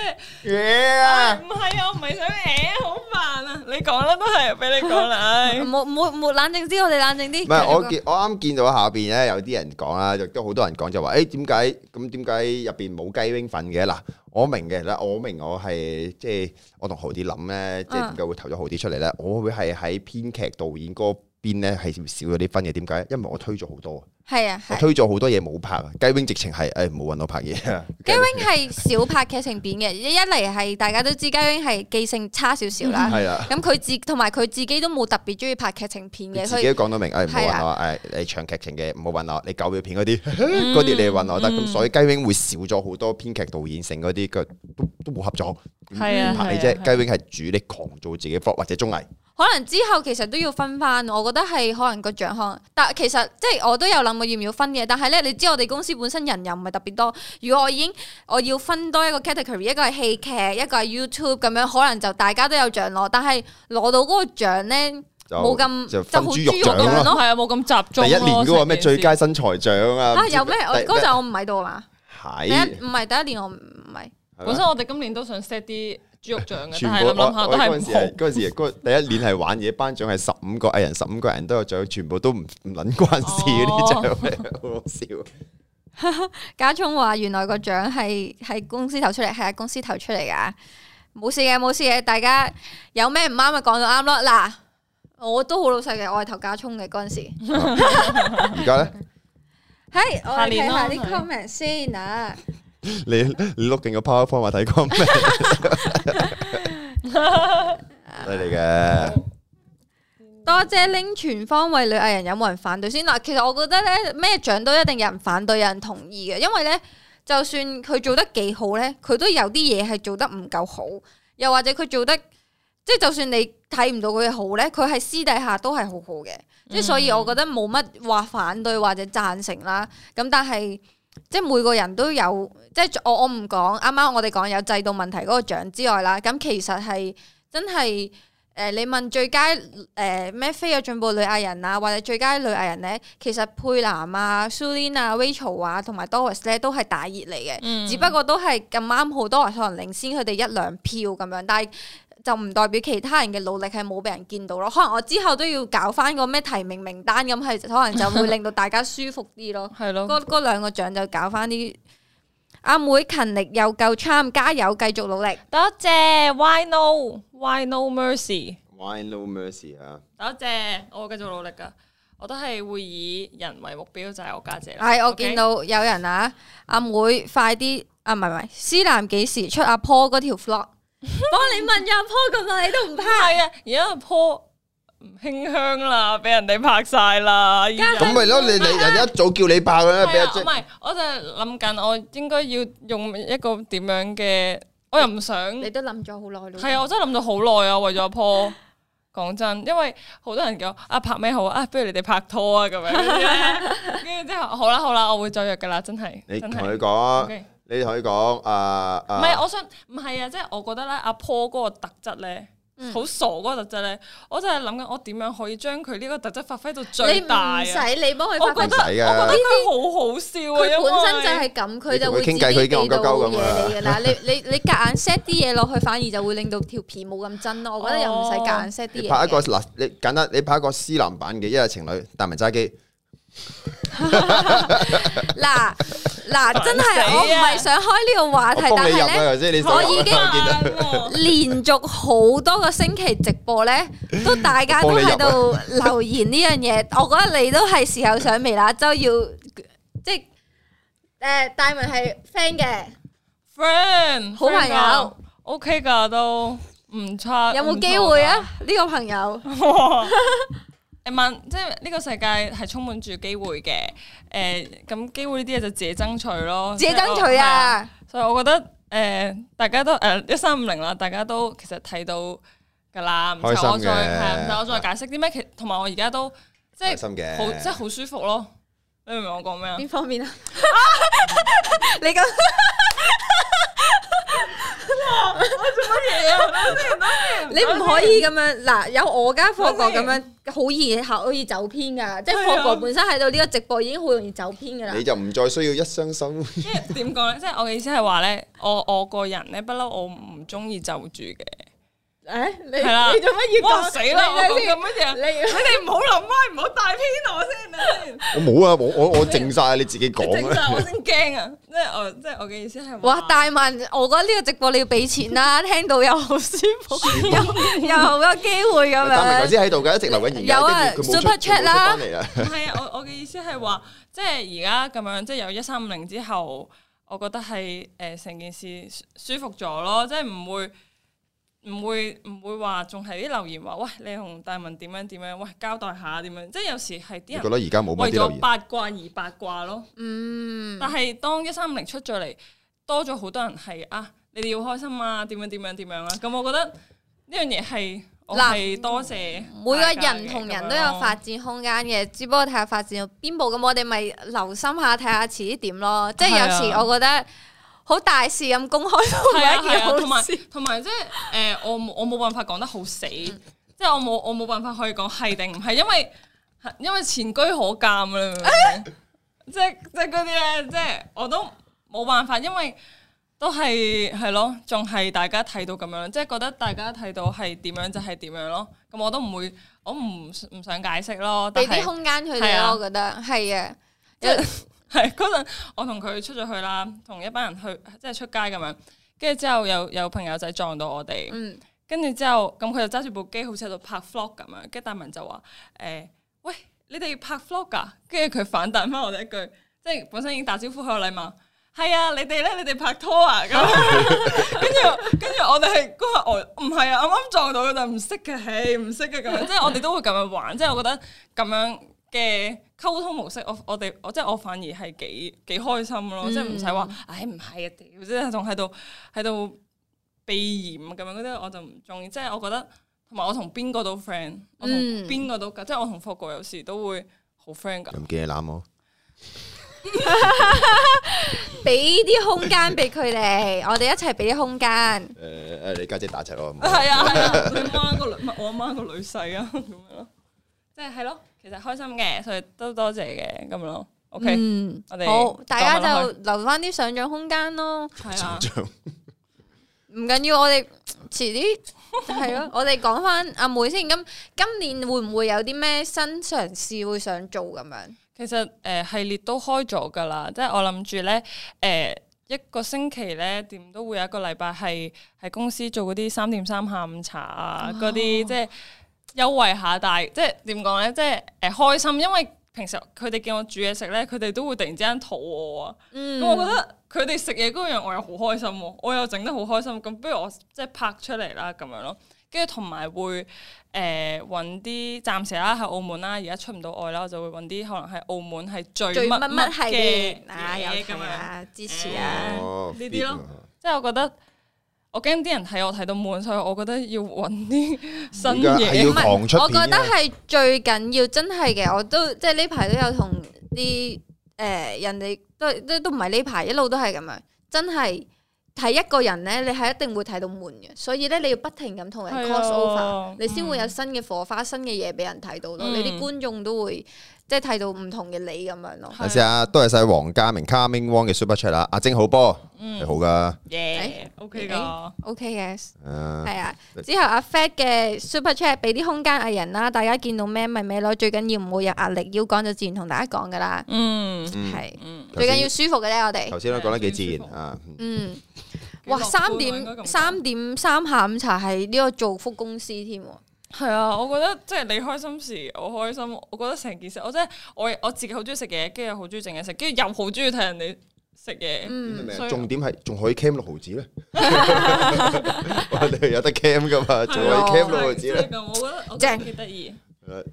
係唉唔係啊，我唔係想誒，好煩啊！你講啦，都係俾你講啦，唉
冇冇冇冷靜啲，我哋冷靜啲。
唔係我見我啱見到下邊咧有啲人講啦，亦都好多人講就話，誒點解咁點解入邊冇雞 wing 粉嘅？嗱，我明嘅嗱，我明我係即係我同豪啲諗咧，即係
啊
點解會投咗豪啲出嚟咧？我會係喺編劇導演嗰邊咧係少咗啲分嘅，點解？因為我推咗好多，
係啊，
我
係。
推咗好多嘢冇拍啊！雞 wing 直情係誒唔好揾我拍嘢啊！
雞 wing 係少拍劇情片嘅，一嚟係大家都知雞 wing 係記性差少少啦。
係啊啦，
咁佢自同埋佢自己都冇特別中意拍劇情片嘅，
自
佢
己都講到明，哎誒唔好揾我誒你長劇情嘅唔好揾我，你九秒片嗰啲嗰啲你揾我得，咁所以雞 wing 會少咗好多編劇導演性嗰啲嘅都都冇合作。
係啊，
拍你啫，雞 wing 係主力狂做自己 f 或者綜藝，
可能之後其實都要分翻，我覺得係可能個獎項，但其實即係我都有諗過要唔要分嘅，但係咧，你知我哋公司本身人又唔係特別多，如果我已經我要分多一個 category，一個係戲劇，一個係 YouTube 咁樣，可能就大家都有獎攞，但係攞到嗰個獎咧
就
冇咁
就
就
分
好
豬
豬
肉獎
肉咁樣
咯。
係啊，冇咁集中
第
咯。
一年嗰個咩最
成件事
佳新才獎啊？
啊有咩？我
第
嗰陣我唔喺度嘛，第一
係
唔係第一年我唔係，
本身我哋今年都想 set 啲豬肉獎嘅，
全
但係
部
諗
我
諗下
我
都係
嗰陣時係
冇。
嗰陣時嗰第一年係玩嘢，頒獎係十五個藝人，十五個人都有獎，全部都唔唔撚關事嗰啲獎，好好笑。
家聰話原來個獎係係公司投出嚟，係啊公司投出嚟噶，冇事嘅冇事嘅，大家有咩唔啱咪講到啱咯。嗱，我都好老實嘅，我係投家聰嘅嗰陣時。
而家咧
係，我哋睇下
嗯下年
啲
咯
comment 先啊。
你你碌勁個 PowerPoint 話睇過 咩？犀利嘅，
多姐拎全方位女藝人有冇人反對先嗱？其實我覺得咧，咩獎都一定有人反對，有人同意嘅，因為咧，就算佢做得幾好咧，佢都有啲嘢係做得唔夠好，又或者佢做得即係就算你睇唔到佢嘅好咧，佢係私底下都係好好嘅，
Ừ.
即係所
嗯
以我覺得冇乜話反對或者贊成啦。咁但係即係每個人都有，即係我我唔講啱啱我哋講有制度問題嗰個獎之外啦，咁其實係真係。誒、你問最佳誒咩、非有進步女藝人啊，或者最佳女藝人咧，其實佩蘭啊、Sulin 啊、Rachel 啊，同埋 Doris 咧都係大熱嚟嘅，
嗯
只不過都係咁啱好 Doris 可能領先佢哋一兩票咁樣，但係就唔代表其他人嘅努力係冇俾人見到咯。可能我之後都要搞翻個咩提名名單咁，係可能就會令到大家舒服啲咯。
係咯，
嗰嗰兩個獎就搞翻啲阿妹勤力又夠參，加油繼續努力。
多謝 Why No Why No Mercy，
Why no mercy 啊！
多謝，我會繼續努力噶，我都係會以人為目標，就係我家姐啦。
系，我
OK？
見到有人啊，阿妹快啲啊，唔係唔係，思南幾時出阿 Paul 嗰條 flog？幫哦你問咗阿 Paul 咁耐，你都唔拍，
係啊，而家阿 Paul 唔馨香啦，俾人哋拍晒啦，已經
咁咪咯，你你人一早叫你爆啦，俾
係
阿
啊，
姐
唔係，我就係諗緊，我應該要用一個點樣嘅，我又唔想，
你都諗咗好耐咯。
係啊，我真係諗咗好耐啊，為咗阿 Paul。講真，因為好多人叫我啊拍咩好啊，不如你哋拍拖啊咁樣嗰啲咧，跟住之後好啦好啦，我會再約噶啦，真係
你
真
同
係
佢。講，
OK
你同佢講啊
唔
啊，
係，我想唔係啊，即係我覺得咧，阿 Paul 嗰個特質咧，好傻嗰個特質咧，我就係諗緊我點樣可以將佢呢個特質發揮到
你
最
唔
大啊！
使你幫佢
我
發
覺
揮
唔
得
使㗎
我覺得佢好好笑啊，因為
佢本身就係咁，佢就會
你同佢傾偈佢已經戇鳩鳩咁啊㗎啦
自己俾到嘢你㗎啦。你你你夾硬 set 啲嘢落去，反而就會令到條片冇咁真咯。我覺得又唔使夾硬 set 啲
哦你
嘢
拍一個
嘅。
嗱，你簡單，你拍一個思男版嘅一日情侶大文揸機，
嗱 嗱，真係我唔係想開呢個話題
啊我，幫
但
你入啊
係
啦，
咧。
頭先你
我已經
見到。
係
連續好多個星期直播呢， 都大家都喺度
啊
留言呢樣嘢，我覺得你都係時候上微辣周要即係诶，誒大文係 friend 嘅，
friend
好朋友
friend 㗎，OK 噶都唔差。
有
唔
冇
錯
機會啊？哦呢個朋友
㗎？ 哇誒萬即係呢個世界係充滿住機會嘅，誒咁機會呢啲嘢就自己爭取咯，
自己爭
即係我
取！啊！
所以我覺得誒、呃大家都誒一三五零啦，大家都其實睇到㗎啦，唔
開
使
心
我再
嘅
係唔使我再解釋啲咩，其同埋我而家都即
開
係
心嘅，
好即係好舒服咯。你明唔明我講咩啊？
邊方面啊？你咁
啊
你唔可以咁樣嗱，有我家霍哥咁樣好易可以走偏噶，即係
係啊
霍哥本身喺度呢個直播已經好容易走偏噶啦
你。就唔再需要一雙手。
即係點講咧？即係我嘅意思係話咧，我我個人咧不嬲，我唔中意就住嘅。
诶，你
係啦
你做乜要
哇
講
死啦！我
你
講咁乜嘢？啊
你
你哋唔好諗歪，唔好帶偏我先啊！
我冇啊，我我我靜晒，你自己講
整
啊。
晒我先驚啊！即係我即係我嘅意思係話
哇！大文，我覺得呢個直播你要俾錢啦，聽到又好舒 服，又又好有機會咁
但明頭
樣。
先喺度㗎，一直留緊言㗎
啊有啊
跟住佢冇出
Super Chat
佢冇
啦
出返嚟啊
唔係啊！我我嘅意思係話，即係而家咁樣，即係有一三五零之後，我覺得係誒成件事舒舒服咗咯，即係唔會唔會唔會話仲係啲留言話，喂你同大文點樣點樣，喂交代下點樣，即係有時係
你
啲
覺
人
得而家冇乜
為
啲留
咗
言？
八卦而八卦咯。
嗯，
但係當一三五零出咗嚟，多咗好多人係啊，你哋要開心啊，點樣點樣點樣啦。咁我覺得呢樣嘢係我
嗱
係多謝每
每個人同人都有發展空間嘅，只不過睇下發展到邊步咁，我哋咪留心下睇下遲啲點咯。即係有時
係啊
我覺得好大事咁公開都唔
係啊
係一
係
件
啊，同
好
埋
事。
同埋即係誒，我冇我冇辦法講得好死，
嗯
即係我冇我冇辦法可以講係定唔係，因為 因為前居可鑑啦，你明唔明 即係即係嗰啲咧，即係我都冇辦法，因為都係係咯，仲係大家睇到咁樣，即係覺得大家睇到係點樣就係點樣咯。咁我都唔會，我唔唔想解釋咯。但
俾
係
啲空間佢
係
哋
啊
咯，我覺得係啊嘅。
係嗰陣，我同佢出咗去啦，同一班人去即係出街咁樣，跟住之後有有朋友仔撞到我哋。
嗯，
跟住之後，咁佢就揸住部機，好似喺度拍 vlog 咁樣。跟住大文就話：誒、喂，啊你哋拍 vlog 噶？跟住佢反彈翻我哋一句，即係本身已經打招呼好有禮貌。誒、係啊，你哋咧，你哋拍拖啊咁，跟住跟住我哋係嗰日我唔係啊，啱啱撞到嘅，但唔識嘅，唉，唔識嘅咁樣，即係我哋都會咁樣玩，即係我覺得咁樣嘅溝通模式，我我哋我即係我反而係幾幾開心咯，即係唔使話，唉唔係啊，屌，即係仲喺度喺度避嫌咁樣嗰啲，我就唔中意，即係我覺得同埋我同邊個都 friend，我同
嗯
邊個都即係我同霍哥有時都會好 friend 噶。
唔見你攬我，
俾啲空間俾佢哋， 我哋一齊俾啲空間。
诶诶，你家姐打柒我，唔好
係啊係啊，你媽個女，唔係我阿媽個女婿啊， 咁樣咯，即係係咯，其實開心嘅，所以都多謝嘅咁樣咯。OK，
嗯
我哋
好，大家
當
就
落
留翻啲想像空間咯。
係啊，
唔緊要，我哋遲啲 係咯，我哋講翻阿妹先。咁今年會唔會有啲咩新嘗試會想做咁樣？
其實誒、呃系列都開咗㗎啦，即係我諗住咧誒呃一個星期咧點都會有一個禮拜係喺公司做嗰啲三點三下午茶啊，嗰啲、即係優惠下，但係即係點講咧，即係誒、呃、開心，因為平時佢哋見我煮嘢食咧，佢哋都會突然之間肚餓啊。
嗯
咁我覺得佢哋食嘢嗰樣我又好開心喎，我又整得好開心，咁不如我即係拍出嚟啦咁樣咯。跟住同埋會誒揾啲暫時啦喺澳門啦，而家出唔到外啦，我就會揾啲可能喺澳門係最
最
乜
乜乜系
嘅
列啊，有睇
嘢咁樣。嗯
啊，支持啊！
哦
呢啲咯即係我覺得我驚啲人睇我睇到悶，所以我覺得要揾啲新
而家係
嘢
要
唔係
狂出
我
片
覺得
啊
係最緊要，真係嘅。我都即係呢排都有同啲誒人哋都都都唔係呢排，一路都係咁樣。真係睇一個人咧，你係一定會睇到悶嘅，所以咧你要不停咁同人
係
cross over，
啊
你先會有新嘅火花、新嘅嘢俾人睇到咯。
嗯
你啲觀眾都會即係睇到唔同嘅你咁樣咯。
等先啊，多謝晒黃家明、卡明汪嘅 super chat 啦，阿晶好波，
嗯
嗯
你好啊噶，
耶，OK 噶，
OK 嘅，
嗯
係啊。之後阿 Fat 嘅 Super Chat 俾啲空間藝人啦，大家見到咩咪咩咯，最緊要唔會有壓力，要講就自然同大家講噶啦。
嗯
嗯
係
嗯，
頭
最
先
緊要舒服嘅啫，我哋
頭。先都講得幾自然啊，
嗯，
幾
哇，
樂觀
三
啊應該咁
點
講
三點三下午茶係呢個造福公司添喎。
係啊，我覺得即係你開心時，我開心。我覺得成件事，我真係我我自己好中意食嘢，跟住又好中意整嘢食，跟住又好中意睇人哋食嘢。
嗯，
所以
重點係仲可以 cam 六毫 子咧，我哋有得 cam 噶嘛，仲可以
係啊
cam 六毫子
即係
咧，
咁，我覺得我覺得
正
幾得意。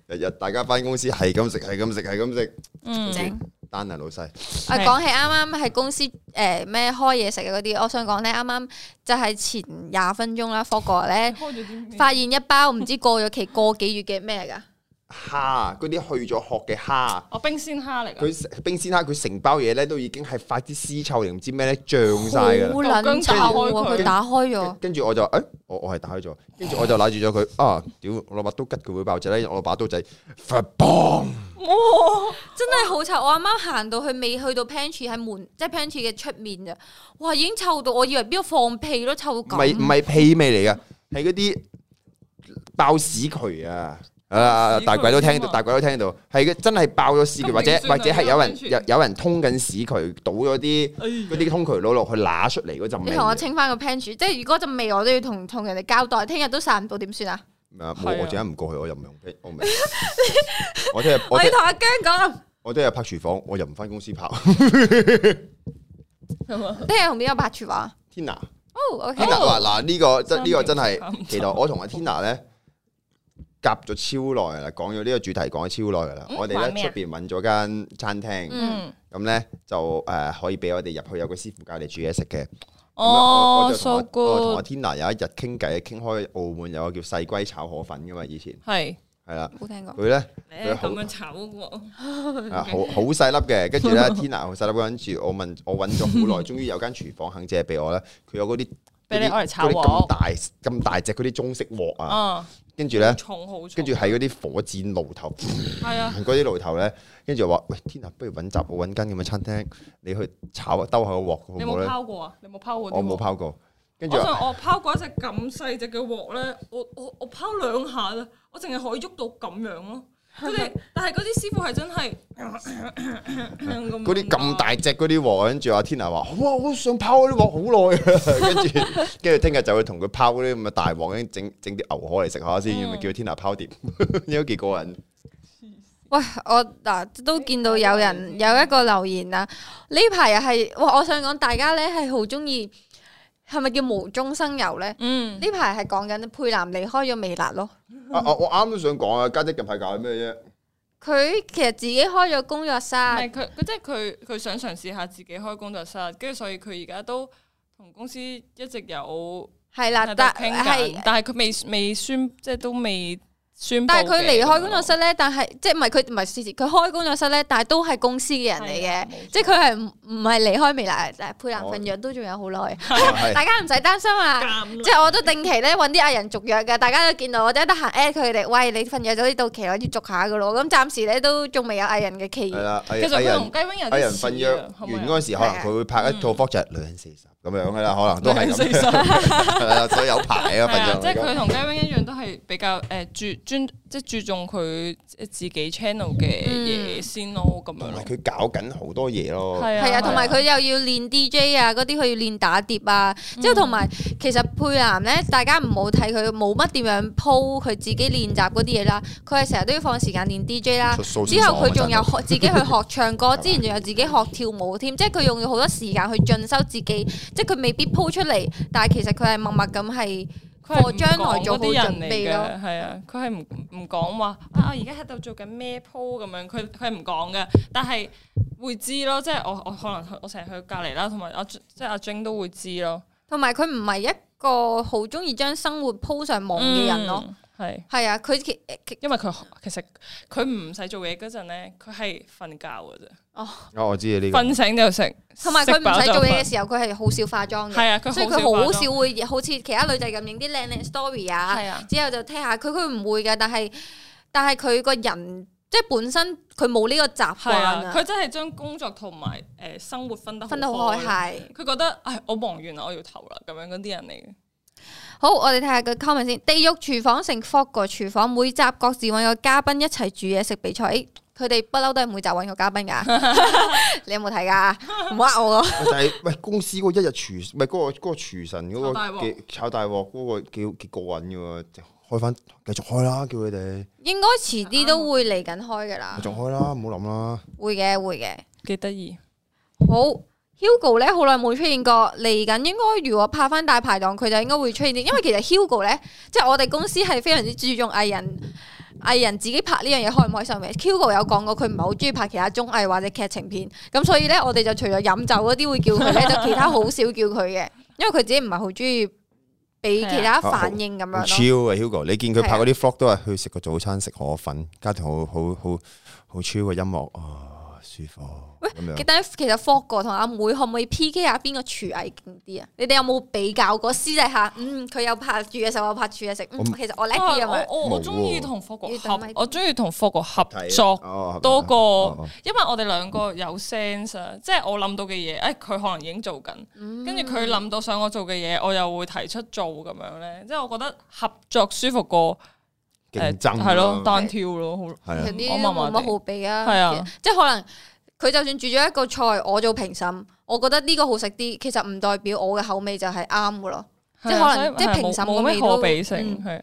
日日大家翻公司係咁食，係咁食，係咁食，
嗯，
正。
單啊老細，
啊，
係
講起啱啱喺公司誒咩開嘢食嘅嗰啲，我想講咧，啱啱就係前廿分鐘啦，霍哥咧
開咗啲咩？
發現一包唔知過咗期個幾月嘅咩㗎？
蝦嗰啲去咗殼嘅蝦。
我冰鮮蝦嚟㗎，
佢食冰鮮蝦，佢成包嘢咧都已經係發啲絲臭定唔知咩咧漲晒㗎啦。
好撚臭啊喎！佢打開咗
跟，跟住我就誒、哎我我係打開咗，跟住我就揦住咗佢啊！屌，我攞把刀吉佢會爆仔咧，我攞把刀仔，發嘣！
哇！
真係好臭！我啱啱行到去未去到 pantry 喺門，即係 pantry 嘅出面咋，哇！已經臭到我以為邊度放屁都臭
唔
到
係唔
咁。
係屁味嚟㗎，係嗰啲爆屎渠啊！啊！
屎渠
大鬼都聽
添
到，
啊
大鬼都聽到，係嘅，真係爆咗屎渠，
咁
或者
明算
或者係有
係安
人
全
有有人通緊屎渠，倒咗啲
哎呀
嗰啲通渠佬落去揦出嚟嗰陣
你
味
同我清翻個 pantry，即係如果陣味我都要同同人哋交代，聽日都散唔到點算啊？
啊！
係啊
冇，我陣間唔過去，我又唔用 機，我唔明。我聽日 我
我
聽
要同阿姜講，
我都有拍廚房，我又唔翻公司 拍。
咁啊，
聽日同邊個白廚話？
Tina，Tina
哦，OK，
話嗱呢個真呢個真
三秒
係，
慘
其實我同阿 Tina 咧夾咗超耐噶啦，講咗呢個主題講咗超耐噶啦。
嗯
我哋
玩
咧
咩啊
出邊揾咗間餐廳，
嗯
嗯，
咁咧就誒可以俾我哋入去有個師傅教你煮嘢食嘅。咁我
哦
我就同
，so
我我同阿
good，
Tina 有一日傾偈，傾開澳門有個叫細龜炒河粉噶嘛，以前
係
係啦，
冇聽過。
哦
佢咧。
誒
好
咁樣炒喎，嗯
啊，好好細粒 嘅，跟住咧 Tina 好細粒，跟住我問我揾咗好耐，終於有間廚房肯借俾我咧，佢有嗰啲
俾你
嗰啲
攞嚟炒
嗰啲咁
鑊
大咁大隻嗰啲中式鍋啊，
啊，
跟住咧，
重好重，
跟住喺嗰啲火箭爐頭，
係啊，
嗰啲爐頭咧，跟住話喂 Tina，不如揾集我揾間咁嘅餐廳，你去炒兜下個鑊好
你
唔
有
好
冇
咧？
拋過啊？你有冇拋過啲
我冇
鑊哦
拋過，跟住啊
我
話
想我拋過一隻咁細隻嘅鑊咧，我我我拋兩下啦，我淨係可以喐到咁樣咯。佢哋但係嗰啲師傅係真係咁
嗰啲咁大隻嗰啲鑊，跟住阿 Tina 話：哇，我想拋嗰啲鑊好耐啊！跟 住跟住聽日就去同佢拋嗰啲咁嘅大鑊，跟住整整啲牛河嚟食下先，咁咪
嗯
叫 Tina 拋碟，應該幾過癮。
喂，我嗱都見到有
嗯
人有一個留言啊，呢排又係，哇！我想講大家咧係好中意，係咪叫無中生有咧？
嗯，
呢排係講緊佩蘭離開咗微辣咯，
啊啊！我啱都想講啊，家姐近排搞緊 咩啫？
佢其實自己開咗工作室，
唔係佢，佢即係佢，佢想嘗試下自己開工作室，跟住所以佢而家都同公司一直有
係
喺
啦，
度
啊但
傾
係
緊，但係佢未未宣，即係都未宣布嘅。
但係佢離開工作
咁
室咧，但係即係唔係佢唔係事前佢開工作室咧，但係都係公司嘅人嚟
係啊
嘅
冇錯，
即係佢係唔唔係離開微辣，但係佩蘭份約都仲有好耐，
係
大家唔使擔心啊。
樣，
即係我都定期咧揾啲藝人續約嘅，大家都見到我即係得閒 at 佢哋，喂你份約咗呢到期，我要續下噶咯。咁暫時咧都仲未有藝人嘅期
係，啊啦，
其
藝
實
藝
佢同
人
雞 wing 有
藝
啲
人
似
瞓約
啊
完嗰陣時，可能佢會拍一套 vlog 就係女人四十咁樣嘅啦，可能都 係
四
咁
十，係
係啦，所以有排啊
啊，
瞓
即係佢
約。
同雞 wing 一樣，都係比較誒注專，即係注重佢自己 channel 嘅
嗯
嘢先咯，咁樣
同埋
咯。
佢搞緊好多嘢咯，
係
係啊，同埋佢又要練 DJ 啊，嗰啲佢要練打碟啊，之後同埋其實佩蘭咧，大家唔好睇佢冇乜點樣鋪佢自己練習嗰啲嘢啦，佢係成日都要放時間練 DJ 啦
出。數
之後佢仲
真
有
係
學自 己去學唱歌，之前仲有自己學跳舞添，即係佢用咗好多時間去進修自己，即係佢未必鋪出嚟，但係其實佢係默默咁係。
佢係
for 將來做
做
好
啲人
準
嚟
備
嘅，
咯
係啊，佢係唔唔講話啊，我而家喺度做緊咩鋪咁樣，佢佢係唔講嘅，但係會知咯，即係我我可能我成日去隔離啦，同埋阿即係阿晶都會知咯，
同埋佢唔係一個好中意將生活鋪上網嘅人咯。
嗯，係。
係啊，佢其其
因為佢其實佢唔使做嘢嗰陣咧，佢係瞓覺嘅啫，
哦，
哦，我知啊呢個。
瞓醒就食，
同埋佢唔使做嘢嘅
時
時候，佢係好少化妝
係
嘅，
啊，佢
所以佢好少會好似其他女仔咁影啲靚靚 story 啊，
係啊，
之後就聽下佢，佢唔會嘅，但係但係佢個人即係本身佢冇呢個習慣
係啊，
啊，
佢真係將工作同埋誒生活分得
分得好
好
開
開。
蟹。
佢覺得唉，我忙完啦，我要唞啦，咁樣嗰啲人嚟嘅。
好，我哋睇下個 comment 先。地獄廚房成 fog 個廚房，每集各自揾個嘉賓一齊煮嘢食比賽。咦佢哋不嬲都係每集揾個嘉賓 㗎，你有冇睇㗎？唔好呃我喎
喂啊但係喂公司嗰一日廚唔係嗰個嗰個廚神嗰
炒
個
大鑊
嘅炒大鑊嗰個幾幾過癮嘅喎，就開翻繼續開啦，叫佢哋
應該遲啲都會嚟緊開噶
啊
啦
繼，續開啦，唔好諗啦。
會嘅會嘅。
幾得意，
好，Hugo 咧好耐冇出現過，嚟緊應該如果拍翻大排檔，佢就應該會出現啲，因為其實 Hugo 咧，即係我哋公司係非常之注重藝人。藝人自己拍呢樣嘢開唔開心嘅，Hugo 有講過佢唔係好中意拍其他綜藝或者劇情片，咁所以咧我哋就除咗飲酒嗰啲會叫佢咧，就其他好少叫佢嘅，因為佢自己唔係好中意俾其他反應咁樣
好
咯。
超啊，Hugo！你見佢拍嗰啲 vlog 都係去食個早餐，食河粉，加條好好好好超嘅音樂啊，舒服
啊
咁樣。
但係其實 Fog 哥同阿妹可唔可以 PK 下邊個廚藝勁啲啊？你哋有冇比較過私底下？嗯，佢有拍住嘅時候，我拍住嘅食，嗯
我，
其實我叻啲咁
哦我
樣。
我
冇喎
我中意同霍國
要等咪
合，我中意同霍國合作
作
多過，
啊哦
因為我哋兩個有 sense 啊，即係我諗到嘅嘢，誒佢可能已經做緊，
嗯
跟住佢諗到想我做嘅嘢，我又會提出做咁樣咧，即係我覺得合作舒服過
競爭
係咯
啊
單挑咯，好
係
其實
啊，
呢
嗯我
啲
麻麻
冇
地
乜好比啊。
係啊
其實即係可能佢就算煮咗一個菜，我做評審，我覺得呢個好食啲，其實唔代表我嘅口味就係啱嘅咯。即係可能
係啊
即係
所以
評審
係
嗰
冇冇
味
咩
都
可比
嗯
性係，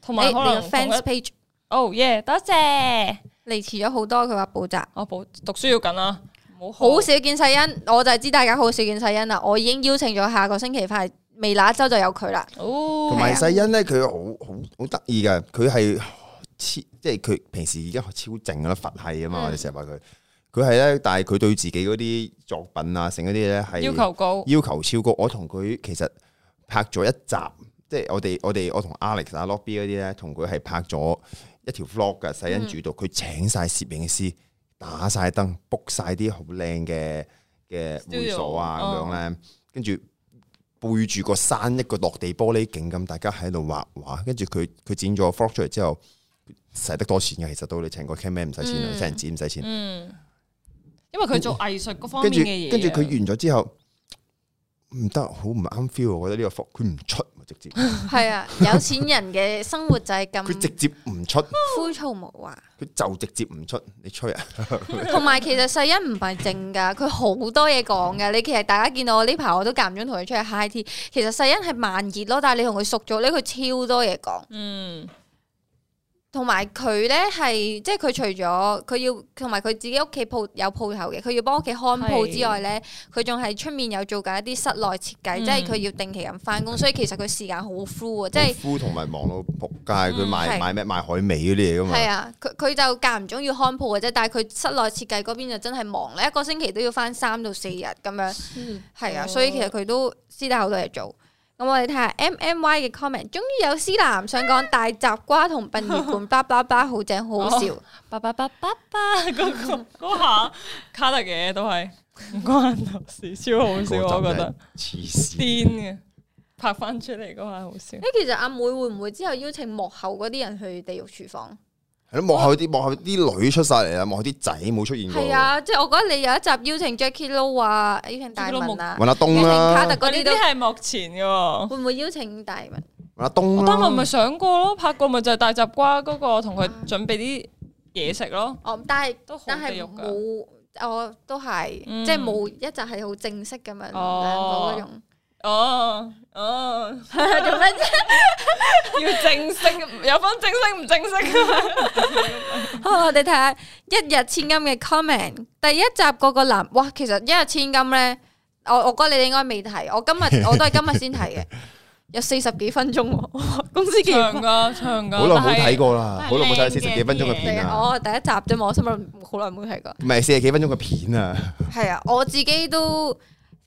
同
你
埋
你
可
個
能同
fans
一
page
哦 yeah 多謝，
嚟遲咗好多，佢話補習。
我補讀書要緊啦，唔好學
好少見世欣，我就係知大家好少見世欣啦。我已經邀請咗下個星期翻嚟，未那一周就有佢啦。
哦
同埋細欣咧，佢好好好得意嘅，佢係超即係佢平時而家超靜啦，佛系啊嘛，
嗯
我哋成日話佢，佢係咧，但係佢對自己嗰啲作品啊，成嗰啲咧係
要求高。
要求超高。我同佢其實拍咗一集，即係我哋我哋我同 Alex 啊 Lobby 嗰啲咧，同佢係拍咗一
嗯
條 vlog 嘅細欣主導，佢、請晒攝影師，打晒燈，book 晒啲好靚嘅嘅
Studio，
會所啊咁
哦
樣咧，跟住。背住個山一個落地玻璃景咁，大家喺度畫畫，跟住佢佢剪咗個 vlog 出嚟之後，使得多錢嘅，其實到你請個 camera 唔使錢啊，
嗯
請人剪唔使錢。
嗯，因為佢做藝術嗰方
跟
面
住
嘅嘢啊，
跟住佢完咗之後，唔得，好唔啱 feel 啊。我覺得呢個 f 佢唔出，直 接
係啊，有錢人嘅生活就係
佢
咁
直接唔出，
枯燥無華。
佢就直接唔出。你吹啊？
同埋其實世欣唔係靜㗎，佢好多嘢講㗎。你其實大家見到我呢排我都間唔中同佢出去 high tea，其實世欣係慢熱咯，但係你同佢熟咗咧，佢超多嘢講。
嗯，
同埋佢咧係即係佢除咗佢要同埋佢自己屋企鋪有鋪頭嘅，佢要幫屋企看鋪
係
之外咧，佢仲係出面有做緊一啲室內設計，
嗯
即係佢要定期咁翻工，所以其實佢時間好 full 啊！即係
夫同埋忙到仆街，佢
嗯
賣
係
賣咩賣海味嗰啲嘢噶嘛，
係啊，佢佢就間唔中要看鋪嘅啫，但係佢室內設計嗰邊就真係忙咧，一個星期都要翻三到四日咁樣。係啊，所以其實佢都私底下好多嘢做。咁我哋睇下 M M Y 嘅 comment，終於有思男想講大閘瓜同殯儀館巴巴巴好正，好好笑。
八八八八八嗰個嗰下卡特嘅都係唔關我事，超好笑，啊我覺得
黐線。
癲嘅，拍翻出嚟嗰下好笑。
誒，其實阿妹會唔會之後邀請幕後嗰啲人去地獄廚房？
係咯，幕後啲幕後啲女出晒嚟啊啦，幕後啲仔冇出現過。
係，啊，即係我覺得你有一集邀請 Jackie Lou 啊，邀請大文啊，
揾阿
邀
東
請卡特
啦，
嗰
嗰
啲
啲
都
啲係幕前嘅
嗯
喎。
會唔會邀請大文？
揾阿東
我當日咪
啦。
上過咯，拍過咪就係大閘瓜嗰個同佢準備啲嘢食咯。
哦，但係
都好
但係
地獄㗎
冇，我都係
嗯
即係冇一集係好正式咁樣兩個
哦
嗰種。
哦哦，
做咩啫？
要正式，有分正式啊唔正式。
好，我哋睇下一日千金嘅 comment。第一集個個男，哇，其實一日千金咧，我我覺得你哋應該未睇，我今 日我都係今日先睇嘅，有四十幾分鐘喎， 哇公司幾
長噶，長噶。
好耐冇睇
過。
過啦，
但係
好耐冇睇四十
靚嘅
幾分鐘嘅
第一
片啊，
我第一集啫嘛，我心諗好耐冇睇過。
唔係四十幾分鐘嘅片啊，
係啊，我自己都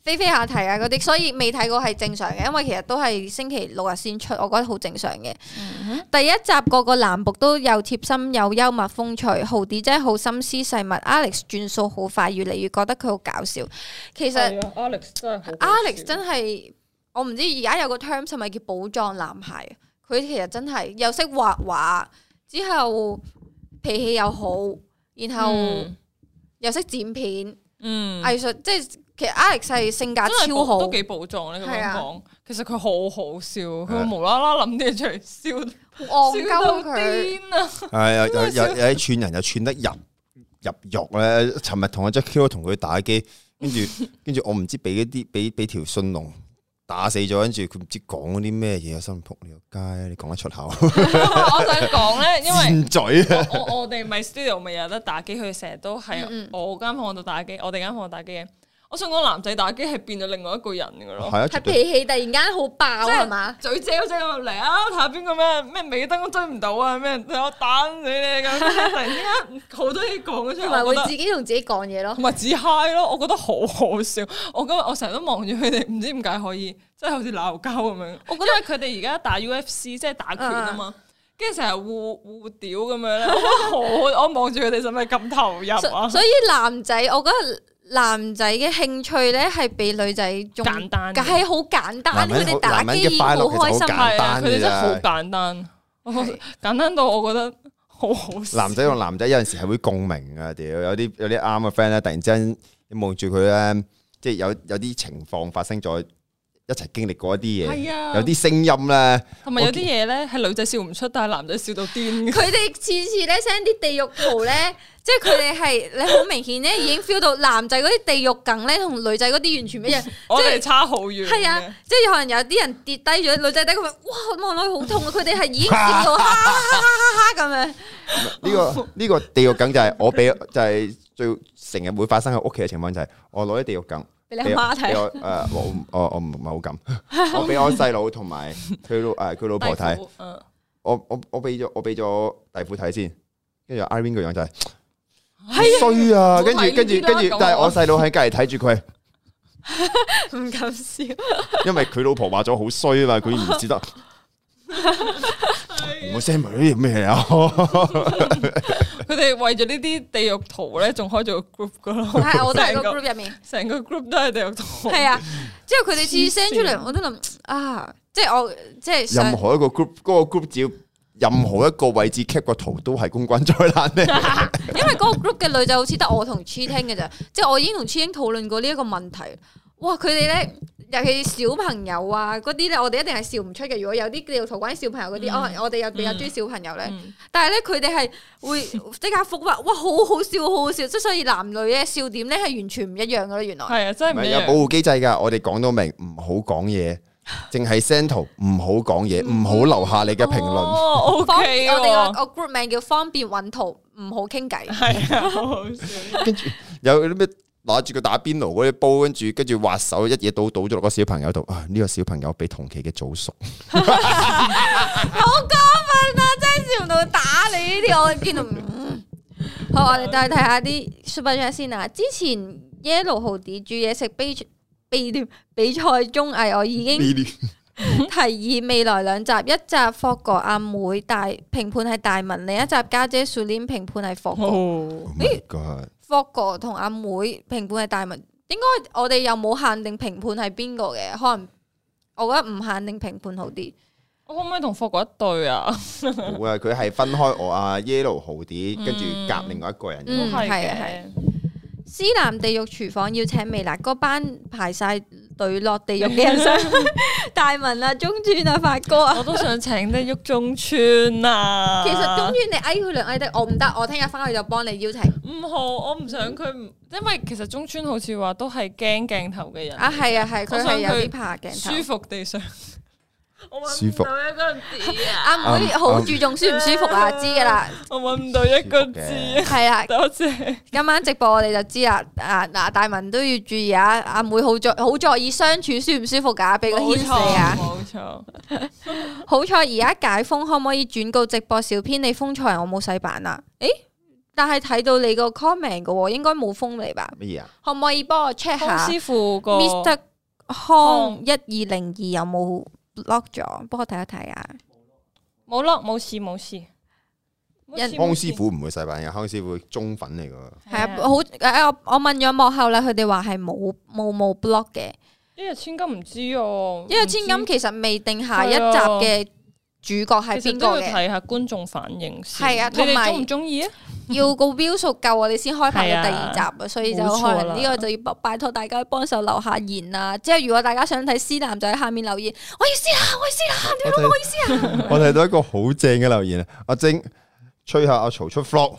飛飛下睇啊嗰啲，所以未睇過係正常嘅，因為其實都係星期六日先出，我覺得好正常嘅。
嗯
第一集個個男僕都又貼心又幽默風趣，豪啲真係好心思細密，Alex 轉數好快，越嚟越覺得佢好搞笑。其
其
實
Alex 真係好
Alex 真係我唔知而家有個 term 係咪叫寶藏男孩？佢其實真係又識畫畫，之後脾氣又好，然後
嗯
又識剪片。
嗯，
藝術即係其實 Alex 係性格
真係
超好，
都幾暴壯呢。咁
係
樣
啊
講，其實佢好好笑，佢無啦啦諗啲嘢出嚟笑，
戇
笑到
鳩啊佢。
癲啊！
係有有有有啲串人又串得入入肉咧。尋日同阿 Jackie 同佢打機，跟 住跟住我唔知俾嗰啲俾俾條信龍打死咗，跟住佢唔知講嗰啲咩嘢，我心諗仆你個街，你講得出口？
啊 我想講咧，因為。
尖嘴啊！
我我哋咪 studio 咪有得打機，佢成日都喺
嗯嗯
我間房度打機，我哋間房度打機嘅。我想講男仔打機係變咗另外一個人噶咯，
係啊，
係
絕對
脾氣突然間好爆係嘛？
嘴姐嗰隻咁嚟啊，睇下邊個咩咩尾燈都追唔到啊，咩我打死你咁，突然之間好多嘢講咗出
同埋
嚟，我
會
覺
自
得。
己同自己講嘢咯
同。埋自嗨咯，我覺得好好笑。我今日我成日都望住佢哋，唔知點解可以，即係好似鬧交咁樣。我覺得因為佢哋而家打 UFC 即係打拳啊嘛，跟住成日互互屌咁樣咧，我覺得好我望住佢哋使咪咁投入啊
所？所以男仔，我覺得男仔嘅興趣咧係比女仔仲
簡單嘅
係好簡單。
男
佢
人
哋
好
打
男人
機已
嘅
經
快
好
樂其實
開
好
心。
簡
係啊，
單
佢哋
嘅
真係好
啫。
簡單，我
係
簡單到我覺得好好笑。
男仔同男仔有陣時係會共鳴啊！屌，有啲有啲啱嘅 friend 咧，突然之間你望住佢咧，即係有有啲情況發生咗，一齊經歷過一啲嘢，
係啊，
有啲聲音咧，
同埋有啲嘢咧係女仔笑唔出，但係男仔笑到癲嘅。
佢哋次次咧 send 啲地獄圖 咧，即係佢哋係你好明顯咧已經 feel 到男仔嗰啲地獄梗咧同女仔嗰啲完全唔一樣。
我哋差好遠。
係啊，，即係可能有啲人跌低咗，女仔低佢咪哇望落去好痛啊！佢哋係已經笑到哈哈哈哈哈咁樣，
呢個呢個地獄梗就係我俾 就係最成日會發生喺屋企嘅情況就係我攞啲地獄梗
俾你阿媽
俾
睇。
我誒我唔我我唔係 好敢，我俾我細佬同埋佢老誒佢老婆睇。
低褲。
我我我俾咗我俾咗弟婦睇先，跟住 Irene 個樣就係衰啊！跟住
冇睇呢啲
跟住
啦
跟
咁
住
啊，
但係我細佬喺隔離睇住佢，
唔敢笑，
因為佢老婆話咗好衰啊嘛，佢唔 知得我 send 埋呢啲咩啊？
佢哋為咗呢啲地獄圖咧，仲開咗個 group 噶咯。
係我都喺
成
個 group 入面，
成個 group 都係地獄圖。
係啊。之後佢哋次次
黐
send
線
出嚟，我都諗啊，即係我即係想
任何一個 group 嗰個 group 只要任何一個位置 cap 個圖都係公關災難咧。
因為嗰個 group 嘅女仔好似得我同 Cheating 嘅咋，即係我已經同 Cheating 討論過呢一個問題。哇！佢哋咧，尤其是小朋友啊嗰啲咧，我哋一定係笑唔出嘅。如果有啲地獄圖關於小朋友嗰啲，
嗯
哦，我哋又比較中意小朋友咧。
嗯
但係咧，佢哋係 會即刻復話，哇，好好笑，好好笑！即係所以男女咧笑點咧係完全唔一樣噶啦，原來
係啊，真係
唔
唔
係
一
有保
樣。
護機制㗎，我哋講到明唔好講嘢，净系 send 圖唔好講嘢，唔好留下你嘅評論。
嗯 哦
方
，OK，哦
我哋
喎
個個 group 名叫方便揾圖，唔好傾 偈。
係啊，好好笑。
有啲咩攞住個打邊爐嗰啲煲，跟住跟住滑手一嘢倒倒咗落個小朋友度。啊，呢、個小朋友比同期嘅早熟。
好過分啊！真係笑到打你呢啲，我見到。嗯好，我哋再睇下啲 super chat 先啊！之前 yellow 豪啲煮嘢食比比比賽綜藝，我已經。提議未來兩集，一集霍哥阿妹大評判係大文，另一集家姐 s u l i n 評判係霍哥，
哦
Oh my god！
霍哥同阿妹評判係大文。應該我哋又冇限定評判係邊個嘅，可能我覺得唔限定評判好啲。
我可唔可以同霍哥一對啊？
冇啊，佢係分開我啊 yellow 豪啲，跟住夾另外一個人。
嗯
都係
係啊
嘅，
思南地獄廚房要請微辣嗰班排晒隊落地獄嘅人上， 大文啊、中村啊、發哥啊。
我都想請得喐中村啊。
其實中村你哎嗌佢兩嗌得，我唔得，我聽日翻去就幫你邀請。
唔好，我唔想佢唔，因為其實中村好似話都係驚鏡頭嘅人，
啊，係啊，係，佢係有
我想
啲
佢
怕鏡頭
舒。服 地上。我
舒
揾唔
服
到一個字啊！
阿妹好注重舒唔舒服啊，
嗯
知噶啦，
我揾唔到一個字啊！
系啦，
多謝。
今晚直播我哋就知啦。啊嗱，大文都要注意啊，阿妹好在好在意相處舒唔舒服噶，俾個牽
冇
涉
錯
啊。
冇錯。
好彩而家解封，可唔可以轉告直播小編你封財我冇洗版啊？誒，但係睇到你個 comment 嘅喎，應該冇封你吧？
乜嘢啊？
可唔可以幫我 check
康
下
師傅個
Mr 康一二零二有冇 block 咗？幫我睇一睇啊！
冇咯，冇事冇事。
人
康師傅唔會洗版嘅，康師傅中粉嚟噶。
係啊，好誒，我我問咗幕後啦，佢哋話係冇冇冇 block 嘅。
一日千金唔知哦，
因為千金其實未定下一集嘅主角係
其實
邊
都
個
要
嘅，
睇下觀眾反應先。
係啊
你
同埋
哋中唔中意啊？
要個 view 數夠我哋先開拍
係
到
啊
第二集啊，所以就
冇錯
可
啦
能呢個就要拜拜託大家幫手留下言啊。之後如果大家想睇思南，就喺下面留 言，我要思南，我要思
我睇
南。
意思啊！ 我睇到一個好正嘅留言啊！阿晶吹下阿曹出 flog，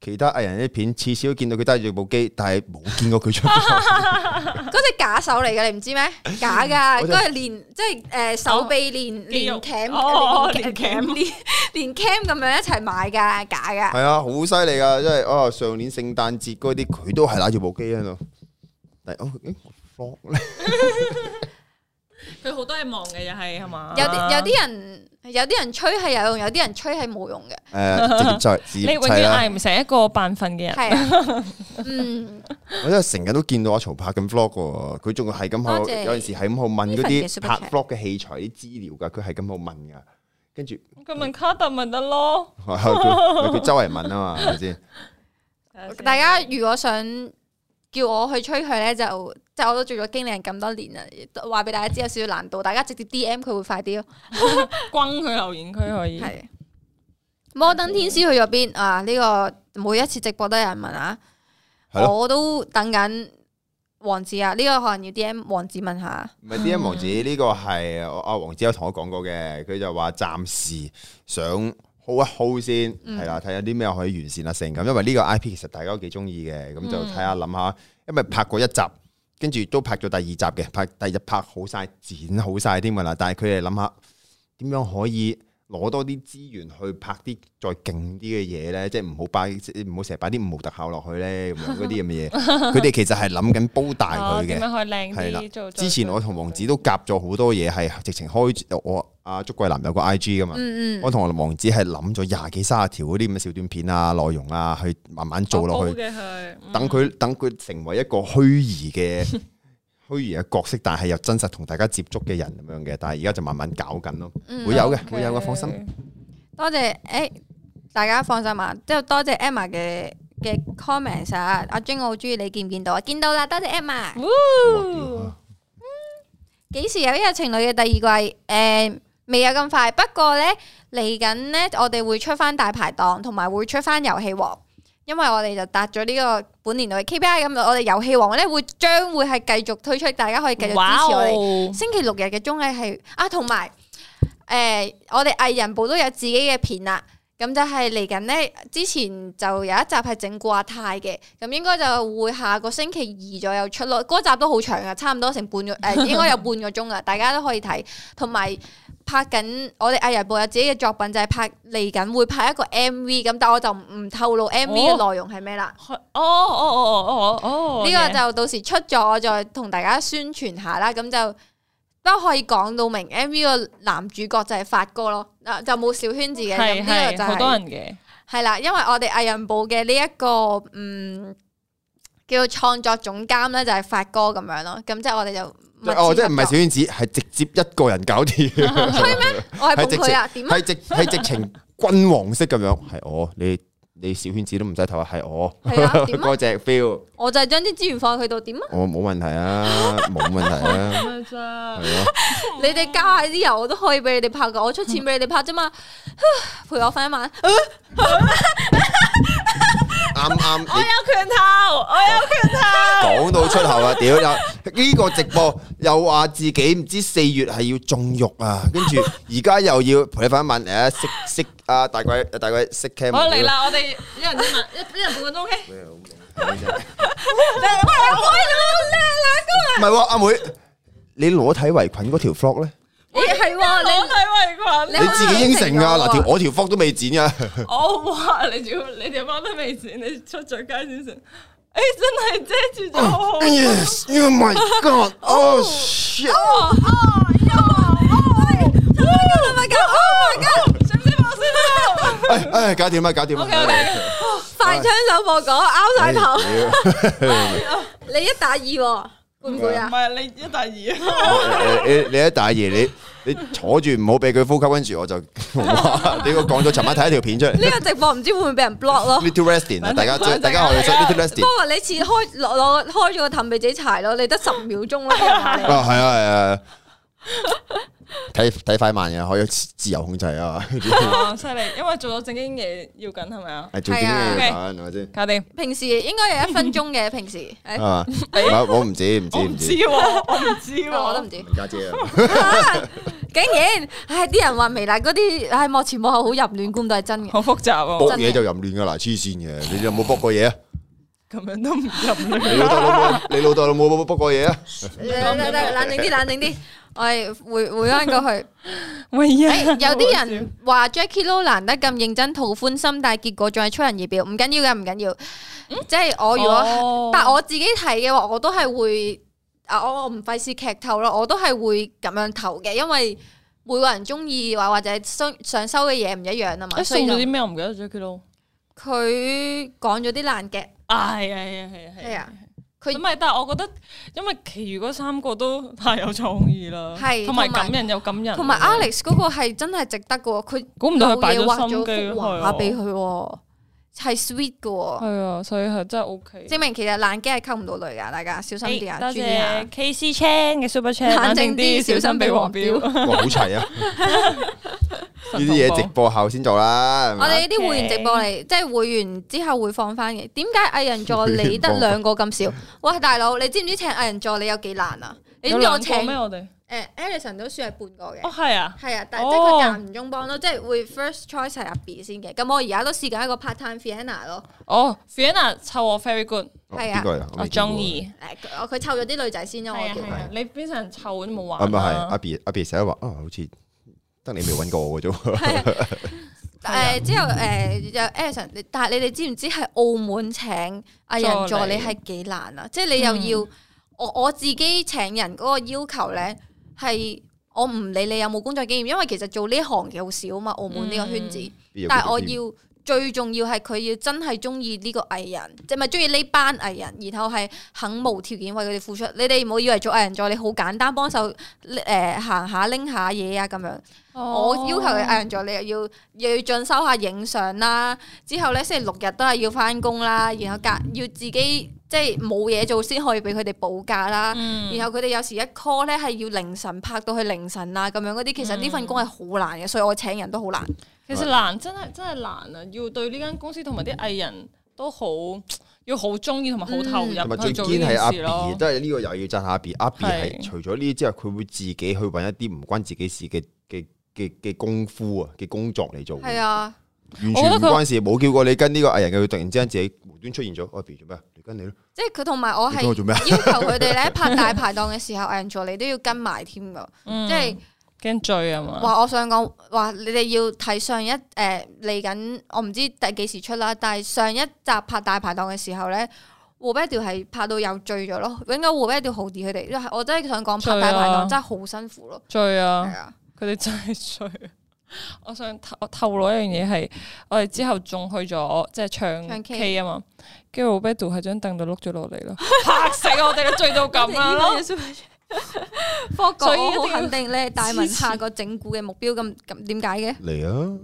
其他藝人啲片次次都見到佢揸住部機，但係冇見過佢出 flog。
嗰隻假手嚟嘅，你唔知咩？假㗎，
我就
嗰係連即係誒手臂連
肌
連
肉
cam
哦
連
連 cam
連連 cam 咁樣一齊買㗎，假㗎。
係啊，好犀利噶！即係哦，上年聖誕節嗰啲佢都係拿住部機喺度，但係哦咦 flog 咧，
佢好多嘢忙嘅又係係嘛？
有啲有啲人有啲人吹係有用，有啲人吹係冇用嘅。
誒直接就係自
你永
係
遠
啦。
嗌唔成一個扮瞓嘅人。
係啊， 嗯，
我真係成日都見到阿曹拍緊 vlog 喎，佢仲係咁喺
多
度，
謝
有陣時係咁喺度問嗰
Ethan 嘅
啲
super
拍
chat
vlog 嘅器材啲資料㗎，佢係咁喺度問㗎，跟住
佢問卡特咪得咯。
佢佢周圍問啊嘛，係咪先？
大家如果想叫我去吹佢咧，就即係我都做咗經理人咁多年啦，話俾大家知有少少難度，大家直接 D M 佢會快啲咯。
轟佢留言區可
嗯
以。
係摩登天師去咗邊啊？呢、個每一次直播都有人問啊，
係咯
我都等緊王子啊，呢、個可能要 D M 王子問下。
唔係 D M 王子呢個係我阿王子有同我講過嘅，佢就話暫時想 hold 一 hold 先，係啦，睇下啲咩可以完善啊成咁，因為呢個 I P 其實大家都幾中意嘅，咁就睇下諗下，因為拍過一集，跟住都拍咗第二集嘅，拍第二日拍好晒剪好晒添㗎啦，但係佢哋諗下點樣可以。攞多啲資源去拍啲再勁啲嘅嘢咧，即係唔好擺，即係唔好成日擺啲五毛特效落去咧，咁樣嗰啲咁嘅嘢。佢哋其實係諗緊煲大
哦
佢嘅
點。樣可以靚
係啦
啲做？
之前我同王子都夾咗好多嘢，係直情開我阿祝桂林有個 I G 噶嘛，
嗯嗯，
我同王子係諗咗廿幾卅條嗰啲咁嘅小短片啊、內容啊，去慢慢做落去，
嘅佢，嗯
等佢等佢成為一個虛擬嘅 虛擬嘅角色，但係又真實同大家接觸嘅人咁樣嘅。但係而家就慢慢搞緊咯，
嗯
會有嘅，
OK
會有嘅，放心。
多謝诶、大家放心啊！之後多謝 Emma 嘅嘅 comments 啊，阿 Jing 我好中意你見唔見到啊？見到啦，多謝 Emma。嗯
Woo！
幾時有一日情侶嘅第二季？诶、未有咁快，不過呢，嚟緊呢，我哋會出翻大排檔，同埋會出翻遊戲王，因為我哋就達咗呢個本年度嘅 KPI，咁我哋遊戲王呢，會將會係繼續推出，大家可以繼續支持我哋。
哇哦
星期六呃日嘅綜藝係啊，同埋誒，我哋藝人部都有自己嘅片啦。咁就係嚟緊呢，之前就有一集係整過阿泰嘅，咁應該就會下個星期二左右出咯。嗰集都好長噶，差唔多成半個誒、呃，應該有半個鐘噶，大家都可以睇。同埋拍緊我哋藝人部有自己嘅作品，就係、拍嚟緊會拍一個 M V 咁，但我就唔透露 M V 嘅內容係咩啦。
哦哦哦哦哦哦，
呢個就到時出咗，我再同大家宣傳下啦。咁就都可以講到明 M V 個男主角就係發哥咯，啊就冇小圈子嘅。咁
係
呢個
係
就
好多
係
人嘅，
係啦，因為我哋藝人部嘅呢一個嗯叫創作總監咧，就係發哥咁樣咯。咁即係我哋就密切
哦，即係唔係
合
小
作
圈子，係直接一個人搞掂，
我係捧
係直
佢啊？點啊？
係直係直情君王式咁樣，係我你你小圈子都唔使睇啊，係我
係 啊？點啊？
嗰隻 feel，
我就係將啲資源放喺佢度，點啊？
我冇問題啊，冇問題啊，
咪
係
咋？
咯。
你哋加下啲油，我都可以俾你哋拍噶，我出錢俾你哋拍啫嘛。陪我瞓一 晚。
啱啱
我有
你
拳頭，我有拳頭。
講到出口啊！屌又呢個直播又話自己唔知四月係要種肉啊，跟住而家又要陪你翻晚誒識識啊大鬼大鬼識 cam
好嚟啦，我哋一人一萬一一人半個鐘 OK。
唔係喎，阿妹你裸體圍裙嗰條 flog 咧，
咦係喎，
裸
你
體圍裙，
你自己應承㗎嗱條我條 flog 都未剪啊㗎，
我哇！你仲要你哋媽都未剪，你出咗街先成。誒真係遮住咗好好。
Yes, oh my god! Oh shit!
使唔使放先啦
哎哎，搞掂啦，搞掂啦。
？OK OK。
快槍手放火，拗晒
哎
頭，
屌
你一打二喎，攰唔攰
唔
啊？
係你一大二啊！
你你你一大爺，你你坐住唔好俾佢呼吸，跟住我就 哇！你個講咗，尋晚睇一條片出嚟
呢個直播唔知會唔會俾人 block 咯？
，Little Resting 啊，大家追大家可以追 Little
不
Resting
過你似開攞攞開咗個氹俾自己柴咯，你得十秒鐘咯，又話你
啊，係啊係啊，睇睇快慢嘅可以自由控制啊 嘛，
哦，犀利，因為做咗正經嘢要緊係咪啊？
係做啲咩係咪先？
搞掂，
平時應該有一分鐘嘅，平時，哎
啊，我我唔知唔知
我
唔
唔知
知，
喎，我唔知喎，
我都唔知。
文家姐啊，
竟然，唉，啲人話微辣嗰啲，唉，幕前幕後好淫亂，估唔到係真嘅。
好複雜喎，
卜嘢就淫亂噶啦，黐線嘅，你有冇卜過嘢啊？
咁樣都唔入
你老豆老母，你老豆老母冇卜過嘢啊？
得得得冷靜啲，冷靜啲，我係回回翻過去。
喂呀
誒，哎有啲人話 Jackie Lou 難得咁認真討歡心，但係結果仲係出人意表，唔緊要嘅，唔緊要。即係我如果，
嗯哦
但我自己睇嘅話，我都係會啊，我我唔費事劇透咯，我都係會咁樣投嘅，因為每個人中意或或者想想收嘅嘢唔一樣啊嘛。所
誒送
以就
咗啲咩我唔記得咗佢咯。
佢講咗啲爛嘅，
啊係啊係啊係啊
係啊。佢
咁咪，但係我覺得，因為其餘嗰三個都太有創意啦，
係
同埋
同埋
感人又感人，啊
同埋 Alex 嗰個係真係值得嘅喎，佢
估唔到佢擺
有嘢畫
咗心
咗
機去
幅畫俾佢喎，係 sweet 嘅喎。
係啊，所以係真係 O K。
證明其實爛機係溝唔到女㗎，大家小心啲啊，
多
注意下
謝。K C Chan 嘅 Super Chat，
冷靜啲
冷靜
小心被黃標
哇，好齊啊！呢啲嘢直播後先做啦，係咪啊
我哋呢啲會員直播嚟，即係會員之後會放翻嘅。點解藝人助 理得兩個咁少？喂，大佬，你知唔知請藝人助理有幾難啊？你知
有
唔知我
兩
請
個咩？我哋
誒 Alison 都算係半個嘅
哦，係啊，
係啊，但
哦
係即係佢間唔中幫咯，即係會 first choice 係阿 B 先嘅。咁我而家都試緊一個 part time Fiona 咯，
哦，Fiona 湊我 very good，
哦
係啊
邊個嚟啊
我
未見過
中意。
誒佢佢湊咗啲女仔先咯，我叫
係
佢。
啊，你邊成人湊都冇
啊，
玩
咪係阿
啦。
B 阿 B 成日話啊，好似得你未揾過我嘅啫。
誒之後誒有 Alison，你但係你哋知唔知係澳門請藝人助理係幾難啊？即係你又要我我自己請人嗰個要求咧，係我唔理你有冇工作經驗，因為其實做呢行嘅好少啊嘛，澳門呢個圈 子。
嗯邊有
但
邊
係
個
我
邊個
要最重要係佢要真係中意呢個藝人，即係咪中意呢班藝人，然後係肯無條件為佢哋付出。你哋唔好以為做藝人助理好簡單，幫手誒行下拎下嘢啊咁樣。我要求
哦
哎嘅藝人助理又要又要進修下影相啦，之後咧星期六日都係要翻工啦，然後隔要自己即係冇嘢做先可以俾佢哋補假啦。
嗯
然後佢哋有時一 call 咧係要凌晨拍到去凌晨啊咁樣嗰啲，其實呢份工係好難嘅，所以我請人都好難。
其實難真係真係難啊！要對呢間公司同埋啲藝人都好，要好中意同埋好投
嗯同埋
入
最
去做
堅
呢
係阿
件
B，
事咯
都。係呢個又要讚下阿 B。阿 B 係
係
除咗呢啲之後，佢會自己去揾一啲唔關自己事嘅嘅嘅嘅功夫啊嘅工作嚟做。
係啊，
完
我覺
全
得
唔
佢
關事，冇叫過你跟呢個藝人嘅，佢突然之間自己無端出現咗，我 B 做咩啊？你跟你咯，
即係佢同埋我
你
係
跟我做咩啊？
要求佢哋咧拍大排檔嘅時候，藝人助理都要跟埋添噶，
嗯
即係。
驚醉啊嘛。
話我想講話，你哋要睇上一誒呃嚟緊，我唔知第幾時出啦。但係上一集拍大排檔嘅時候咧，胡啤調係拍到又醉咗咯。應該胡啤調好啲佢哋，因為我真係想講拍大排
醉啊
檔真係好辛苦咯。
醉啊
係！啊，
佢哋真係醉。 我想透透露一樣嘢係，我哋之後仲去咗即係
唱
唱
K
K 啊嘛，跟住 Roberto 喺張凳度碌咗落嚟咯，嚇死我哋都醉到咁啊 樣咯。
科
所
哥
以一定要
我好肯定咧，大文下個整蠱嘅目標咁咁點解嘅？
嚟啊！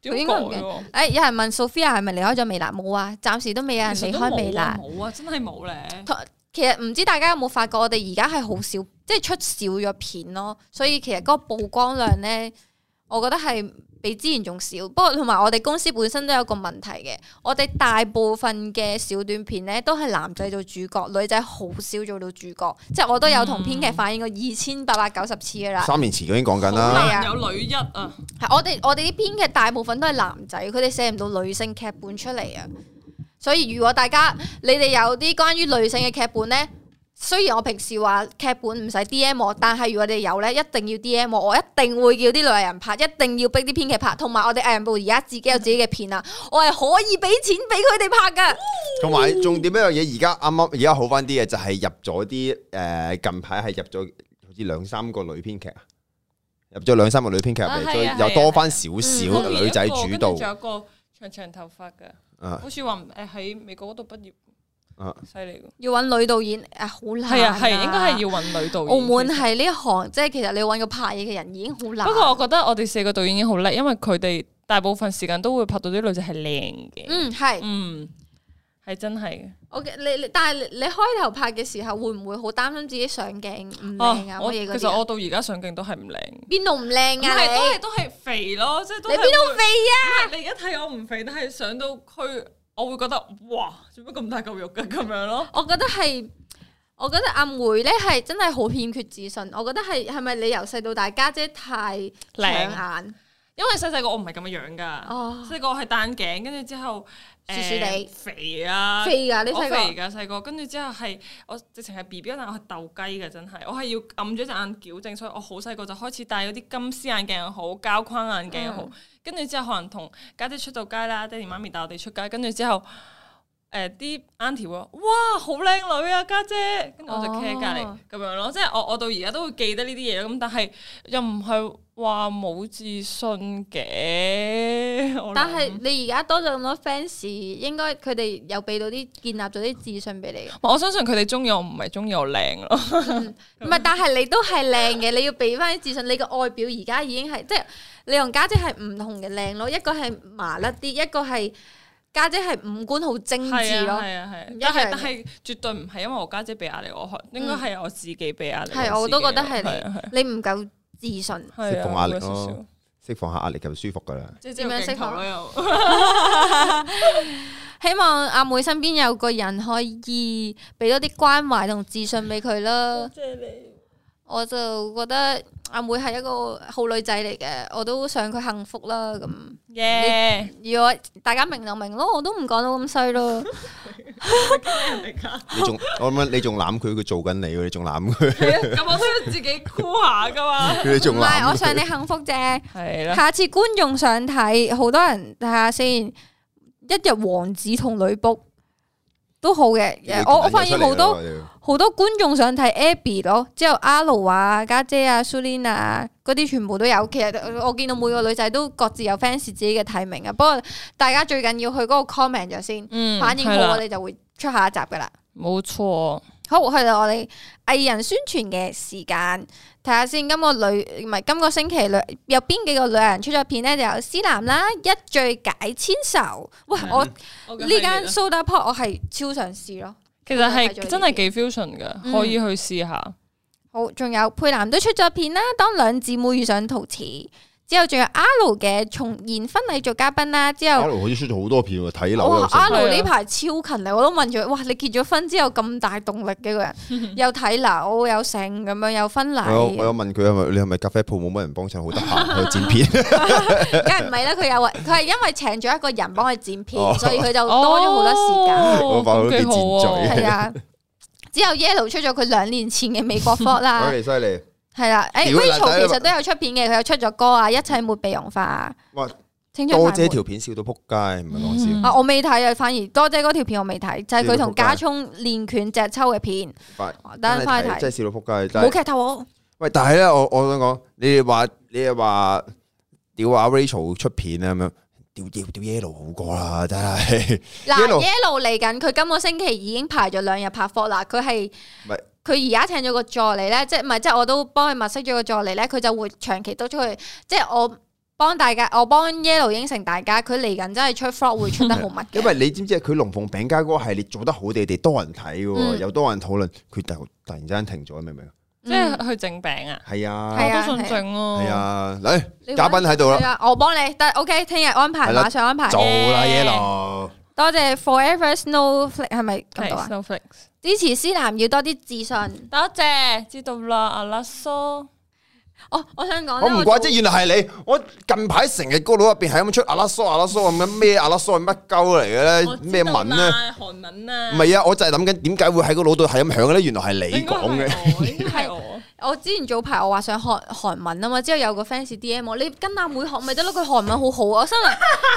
點
佢應該唔
改喎
誒、有人問 Sophia 係咪離開咗微辣？冇啊，暫時都未有人
其實
離
都
開微
冇啊
辣。
冇啊，真係冇咧。
其實唔知大家有冇發覺，我哋而家係好少，即係出少咗片咯，所以其實嗰個曝光量咧，我覺得係比之前仲少。不過同埋我哋公司本身都有個問題嘅，我哋大部分嘅小短片咧都係男仔做主角，女仔好少做到主角。即係我都有同編劇反映過二千八百九十次噶啦。
三年前已經講緊
好
啦
啊係，
難
啊
有女一啊，
係我哋我哋啲編劇大部分都係男仔，佢哋寫唔到女性劇本出嚟啊。所以如果大家你哋有啲關於女性嘅劇本呢，雖然我平時話劇本唔使 D M 我，但係如果你哋有呢，一定要 D M 我，我一定會叫啲女藝人拍，一定要逼啲編劇拍，同埋我哋藝人部而家自己有自己嘅片啊，我係可以俾錢俾佢哋拍噶。
同埋重點一樣嘢，而家啱啱而家好翻啲嘅就係入咗啲诶，近排係入咗好似兩三個女編劇啊，入咗兩三個女編劇入
啊
嚟，
係啊
所以
係啊
又多翻少少
嗯
女仔主
跟住仲
導
有一個長長頭髮嘅，
啊
好似話誒喺美國嗰度畢業，
啊！
犀利㗎。
要揾女導演誒，好難。
係啊係，應該係。要揾女導演。
澳門
其實
係呢一行，即係其實你揾個拍嘢嘅人已經好難。
不過我覺得我哋四個導演已經好叻，因為佢哋大部分時間都會拍到啲女仔係靚嘅。
嗯係。
嗯，係真係嘅。
我嘅你你，但係你你開頭拍嘅時候，會唔會好擔心自己上鏡唔靚啊
啊我
乜嘢嗰
其
啲
實
啊？
我到而家上鏡都係唔靚。
邊度唔靚
唔係都
啊
係？都係肥咯，即係都
你
係
你邊度肥啊？
會唔係你而家睇我唔肥，但係上到區，我會覺得哇，做乜咁大嚿肉嘅咁樣咯？
我覺得係，我覺得阿梅咧係真係好欠缺自信。我覺得係係咪你由細到大家姐太搶
啊
眼
因為細細個我唔係咁嘅樣㗎，
哦，
細個我係單頸，跟住之後
薯薯地
誒肥啊，
肥㗎你
我
細
肥
個
㗎細個，跟住之後係我直情係 B B，但我係鬥雞㗎，真係我係要揞咗隻眼矯正，所以我好細個就開始戴嗰啲金絲眼鏡又好，膠框眼鏡
嗯
又好，跟住之後可能同家姐出到街啦，爹哋媽咪帶我哋出街，跟住之後。誒啲 auntie 會話哇好靚女啊家姐，跟住我就企喺隔離
哦
咁樣咯，即係我我到而家都會記得呢啲嘢咯，咁但係又唔係話冇自信嘅，我諗
但係你而家多咗咁多 fans，應該佢哋有俾到啲建立咗啲自信俾你。
我相信佢哋中意我唔係中意我靚咯，
唔係，但係你都係靚嘅，你要俾翻啲自信。你個外表而家已經係即係你同家姐係唔同嘅靚咯，一個係麻甩啲，一個係家姐係五官好精緻
係啊
咯。
係啊
唔
係啊
一，樣
但係
嘅嗯
但係絕對唔係因為我家姐俾壓力我，應該係我自己俾壓力自己。
係我都覺得係
係啊
你唔夠自信，
係啊
釋放壓力咯
會有少少
釋放下壓力就舒服噶啦。
即係
點樣啊釋放
咯又
希望阿妹身邊有個人可以俾多啲關懷同自信俾佢啦。
即係你
我就覺得阿妹係一個好女仔嚟嘅，我都想佢幸福啦咁。
耶！
如果大家明就明咯，我都唔講到咁衰咯。
你仲 我諗緊你仲攬佢，佢做緊你喎，你仲攬佢，
啊
咁我都要自己箍下噶嘛。
你仲
唔係，
攬
我想
佢。
你幸福啫。
係啦，
下次觀眾想睇，好多人睇下先。一日王子同女僕都好嘅
你個，
我
男
我
人
發現好
出
多
嚟啊啦
好多觀眾想睇 Abby 咯，之後阿 Lu 啊、家姐啊、Sulin 啊嗰啲全部都有。其實我我見到每個女仔都各自有 fans 自己嘅提名啊。不過大家最緊要去嗰個 comment 咗先，
嗯
反應好啊
係啦
我哋就會出下一集噶啦。
冇錯。
好，去到我哋藝人宣傳嘅時間，睇下先。今個女唔係今個星期女有邊幾個女藝人出咗片呢？就有思南啦，一醉解千愁。喂，
嗯
我
我嘅
呢間
係
Soda Pop 我係超想試咯。
其實
啊我嘅係
係
最
真係幾 fusion 嘅，
嗯
可以去試下。
好，仲有佩蘭都出咗片啦。當兩姊妹遇上陶瓷，之後仲有阿盧嘅重現婚禮做嘉賓啦，之後。
阿盧好似出咗好多票啊，睇樓
哇
又！
阿
成。
盧呢排超勤力，我都問咗佢，哇！你結咗婚之後咁大動力嘅個人，又睇樓，又成咁樣，又婚
我有我
禮，
有問佢係咪你係咪咖啡鋪冇乜人幫襯，好得閒去剪片，
梗係唔係啦？佢又話佢係因為請咗一個人幫佢剪片
哦，
所以佢就多咗好多時間。
哦
我發覺都幾賤嘴
系啊。之後 Yellow 出咗佢兩年前嘅美國 f 啦，
犀利犀利。
係啦。诶
屌嗱睇
，Rachel
下
其實都有出片嘅，佢有出咗歌啊，《一切沒備用化啊
哇》
青春
多
快
姐
活
條片笑到撲街，唔係講
嗯
笑。
啊，我未睇啊，反而多姐嗰條片我未睇，就係佢同家聰練拳隻抽嘅片，
快
等陣翻去
真係睇真
睇，
係笑到撲街。但係
冇劇透我。
喂，但係咧，我我想講，你哋話你哋話屌阿 Rachel 出片啊咁樣，屌屌屌 Yellow 好過啦，真係。
嗱
Yellow
，Yellow 嚟緊，佢今個星期已經排咗兩日拍 f 啦，佢係
唔係。
佢而家請咗個助理咧，即係唔係即係我都幫佢物色咗個助理咧，佢就會長期督促佢，即係我幫大家，我幫 Yellow 應承大家，佢嚟緊真係出 f l o g 會出得好 密
因
嘅。
為你知唔知佢龍鳳餅家嗰個系列做得好地地，多人睇喎，
嗯
又多人討論，佢突突然之間停咗，明唔明？
即係去整餅啊！
係啊，
係啊
我都信整咯。
係，啊，嚟
你
嘉賓喺度
係
啦，
啊，我幫你得 OK，聽日安排，
係啦
馬上安排。
做啦
Yeah
Yellow。
多謝 Forever Snowflake 係咪咁
係
讀啊？
Snowflakes。
支持思南要多啲自信。
多謝，知道啦，阿拉蘇。
哦，我想講
我
咧，
唔
我
怪
做
之，原來係你。我近排成日嗰腦入邊係咁出阿拉蘇阿拉蘇咁樣咩阿拉蘇係乜鳩嚟嘅咧？咩文咧？
啊？韓文啊？
唔係啊，我就係諗緊點解會喺個腦度係咁響嘅咧？原來係你
應該係
講嘅。
我，應該係我。
我之前早排我話想學韓文啊嘛，之後有個 fans D M 我，你跟阿妹學咪得咯，佢韓文好好啊，我心諗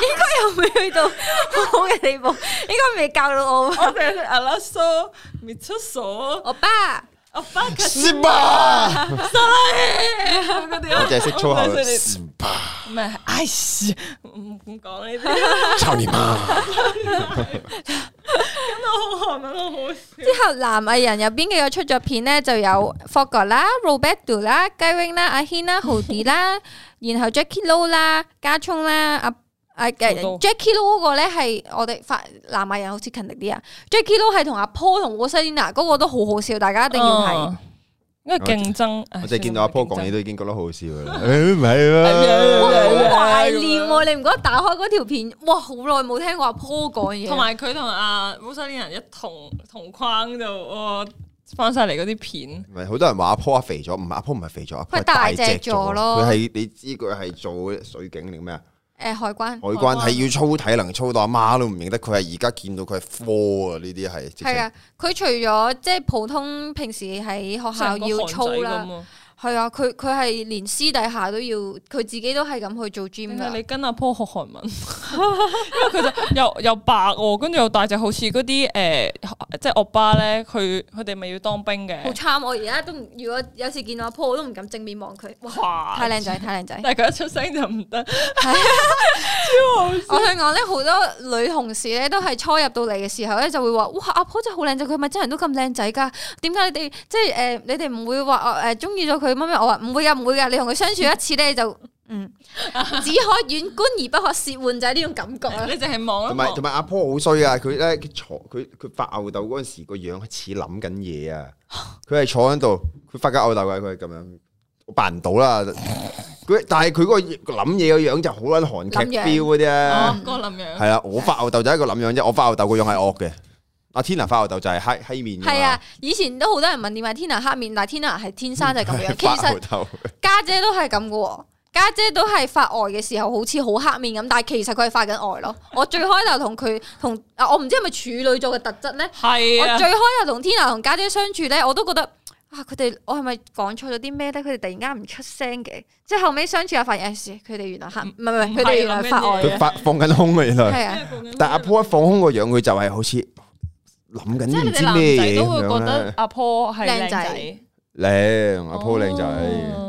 應該又未去到 好好嘅地步，應該未教到我。
我哋阿拉蘇咪出所，
我爸
我巴卡
是吧？
嗰啲啊
我淨係識粗口
我淨係
嘅。
識
是吧？
唔係，唉是唔唔講呢啲。
操你媽！
我好韓文，我好笑。
之後男藝人入邊嘅有出咗片呢，就有 Fogg 啦、Roberto 啦、雞 wing 啦、阿軒啦、豪迪啦，然後 Jackie Lou 啦、家聰啦、阿阿嘅
好多
Jackie Lou 嗰個咧係我哋發男藝人好似勤力啲啊，Jackie Lou 係同阿 Paul 同 w a s e l i n a 嗰個都好好笑，大家一定要睇。
哦因為競爭，
我
我
就係見到阿 Po 講嘢都已經覺得好好笑啦。誒唔係
哇，
啊！
好懷念
啊
喎！你唔覺得打開嗰條片，哇，好耐冇聽過阿 Paul 講嘢，
同埋佢同阿 r o s a l i n 一同同框就哦翻晒嚟嗰啲片，
唔係好多人話阿 Po 啊肥咗，唔係阿 Po 唔係肥咗，阿 Po
佢
係
大
隻
隻咗咯
佢係你知佢係做水警定咩啊？
誒海關
海關係要操體能，操到阿媽都唔認得。佢係而家見到佢係科啊！呢啲係直情
係啊，佢除咗即係普通平時喺學校要操啦，係啊，佢佢係連私底下都要，佢自己都係咁去做
點
gym
解
㗎
你跟阿 Po 學韓文？因為佢就又又白喎，跟住又大隻，好似嗰啲誒即係惡霸咧，佢佢哋咪要當兵
好
嘅，
慘！我而家都唔，如果有時見到阿 Paul，我都唔敢正面望佢，哇！
哇
太靚仔，太靚仔！
但係佢一出聲就唔得，
我想講咧，好多女同事咧都係初入到嚟嘅時候咧，就會話：哇，阿婆真係好靚仔，佢咪真人都咁靚仔㗎？點解你哋即係誒、呃你哋唔會話誒中意咗佢乜乜？我話唔會㗎，唔會㗎。你同佢相處一次咧，你就嗯，只可遠觀而不可褻玩，就係呢種感覺啦
你。淨係望
同
一
埋同
望。
埋阿 Po 好衰啊！佢咧佢坐佢佢發吽豆嗰陣時個樣似諗緊嘢 啊！佢係坐喺度，佢發緊吽豆嘅，佢係咁樣，我扮唔到 啦。佢但係佢嗰個諗嘢個樣就好撚韓
諗
劇
樣
feel 嗰啲
哦
啊，，
嗰個林樣
係啦，我發吽豆就係一個諗樣啫，我發吽豆個樣係惡嘅。阿 Tina 發吽豆就係黑黑面㗎嘛，
係啊，以前都好多人問點解 Tina 黑面，但係 Tina 係天生就係咁樣。其
發
實
吽豆
家姐都係咁嘅喎。家姐都係發呆嘅時候，好似好黑面咁，但係其實佢係發緊呆咯。我最開頭同佢同啊，我唔知係咪處女座嘅特質咧，
係
我
啊
最，開又同 Tina 同家姐相處咧，我都覺得啊，佢哋我係咪講錯咗啲咩咧？佢哋突然間唔出聲嘅，即係後尾相處又發現，哎是佢哋原來黑，唔係唔係，
唔
佢哋
係啊
原來發呆
諗緊
佢
嘅，
嘢
發放緊空嘅原來。
係啊，
但阿 Po 一放空個樣，佢就係好似諗緊
即係
唔
你
知
哋男
咩
仔
嘢
都會
咁
覺
樣
得
咧。
阿 Po 係靚
靚仔
仔，
靚，阿 Po 靚仔。
哦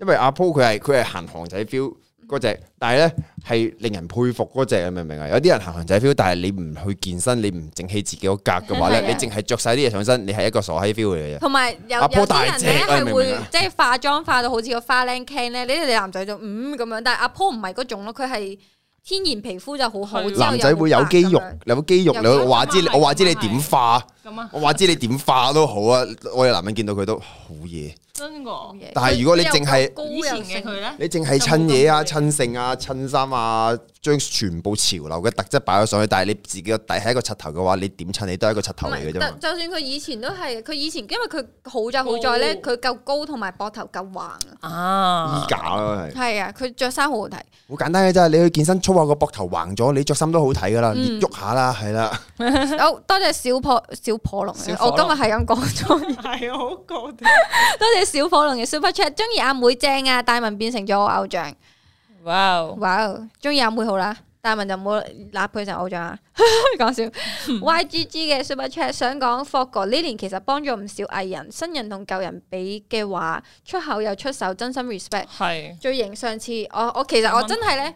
因為阿 Po 佢係佢係行行仔 feel 嗰只，但係咧係令人佩服嗰只，明唔明啊？有啲人行行仔 feel，但係你唔去健身，你唔整起自己個格嘅話咧，
係啊
你淨係着晒啲嘢上身，你係一個傻閪 feel 嚟嘅啫。
同埋有
阿
有
波
啲
大
人
隻
咧
啊你
係
明唔
會
明啊
即係化妝化到好似個花靚 can 咧，你哋男仔就嗯咁樣，但係阿 Po 唔係嗰種咯，佢係天然皮膚就好好，
係
之後
男仔
又
會
好
有
白
肌
咁
肉
樣，
有肌肉，
有
你
肌肉
我話知你，
咁啊
我話知你
係
點化，
咁啊，
我話知你點化都好啊。我哋男人見到佢都好嘢，
真噶。
但係如果你淨係
高又
以前嘅
成
佢咧，
你淨係襯嘢啊、
就冇
襯性啊、襯衫啊，將全部潮流嘅特質擺咗上去，但係你自己個底係一個柒頭嘅話，你點襯你都係一個柒頭
唔
嚟
係，
嘅啫
就
嘛。
就算佢以前都係，佢以前因為佢好就好在咧，
高
佢夠高同埋膊頭夠橫啊。
啊
衣架咯，係
係啊，佢着衫好 好睇。
好簡單嘅啫。你去健身操下個膊頭橫咗，你着衫都好睇噶啦，
嗯
你喐下啦，係啦。
好多謝小破小破龍啊，
小火
我今
龍
日係咁講咗。
系啊，好過啲。
多謝小火龍嘅 Super Chat，中意阿妹正啊，大文變成咗我偶像。
哇！
哇，哦中意阿妹好啦，大文就唔好立佢成偶像啊。 講笑。YGG 嘅 Super Chat 想講 f o g 呢年其實幫咗唔少藝人，新人同舊人比嘅話，出口又出手，真心 respect。
係
最型上次我我其實我真係咧，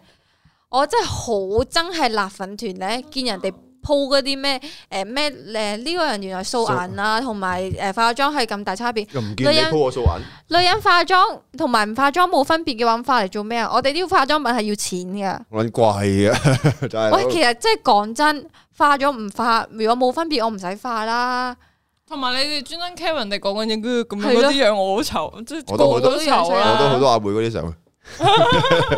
我真係好憎係辣粉團咧，見人哋。鋪嗰啲咩誒咩誒呢個人原來素顏啊，同埋誒化妝係咁大差別。
又唔
見你 po
我數眼，
女人化妝同埋唔化妝冇分別嘅話，咁化嚟做咩啊？我哋啲化妝品係要錢
我撚貴啊， 真係
㗎。喂，其實即係講真，化咗唔化，如果冇分別，我唔使化啦。
同埋你哋專登 care 人哋講緊嘢，呃咁樣
係
嗰
咯
啲樣我好醜，即係
我都好
個個
多
都啊醜啦。
啊
我都好多阿妹嗰啲相。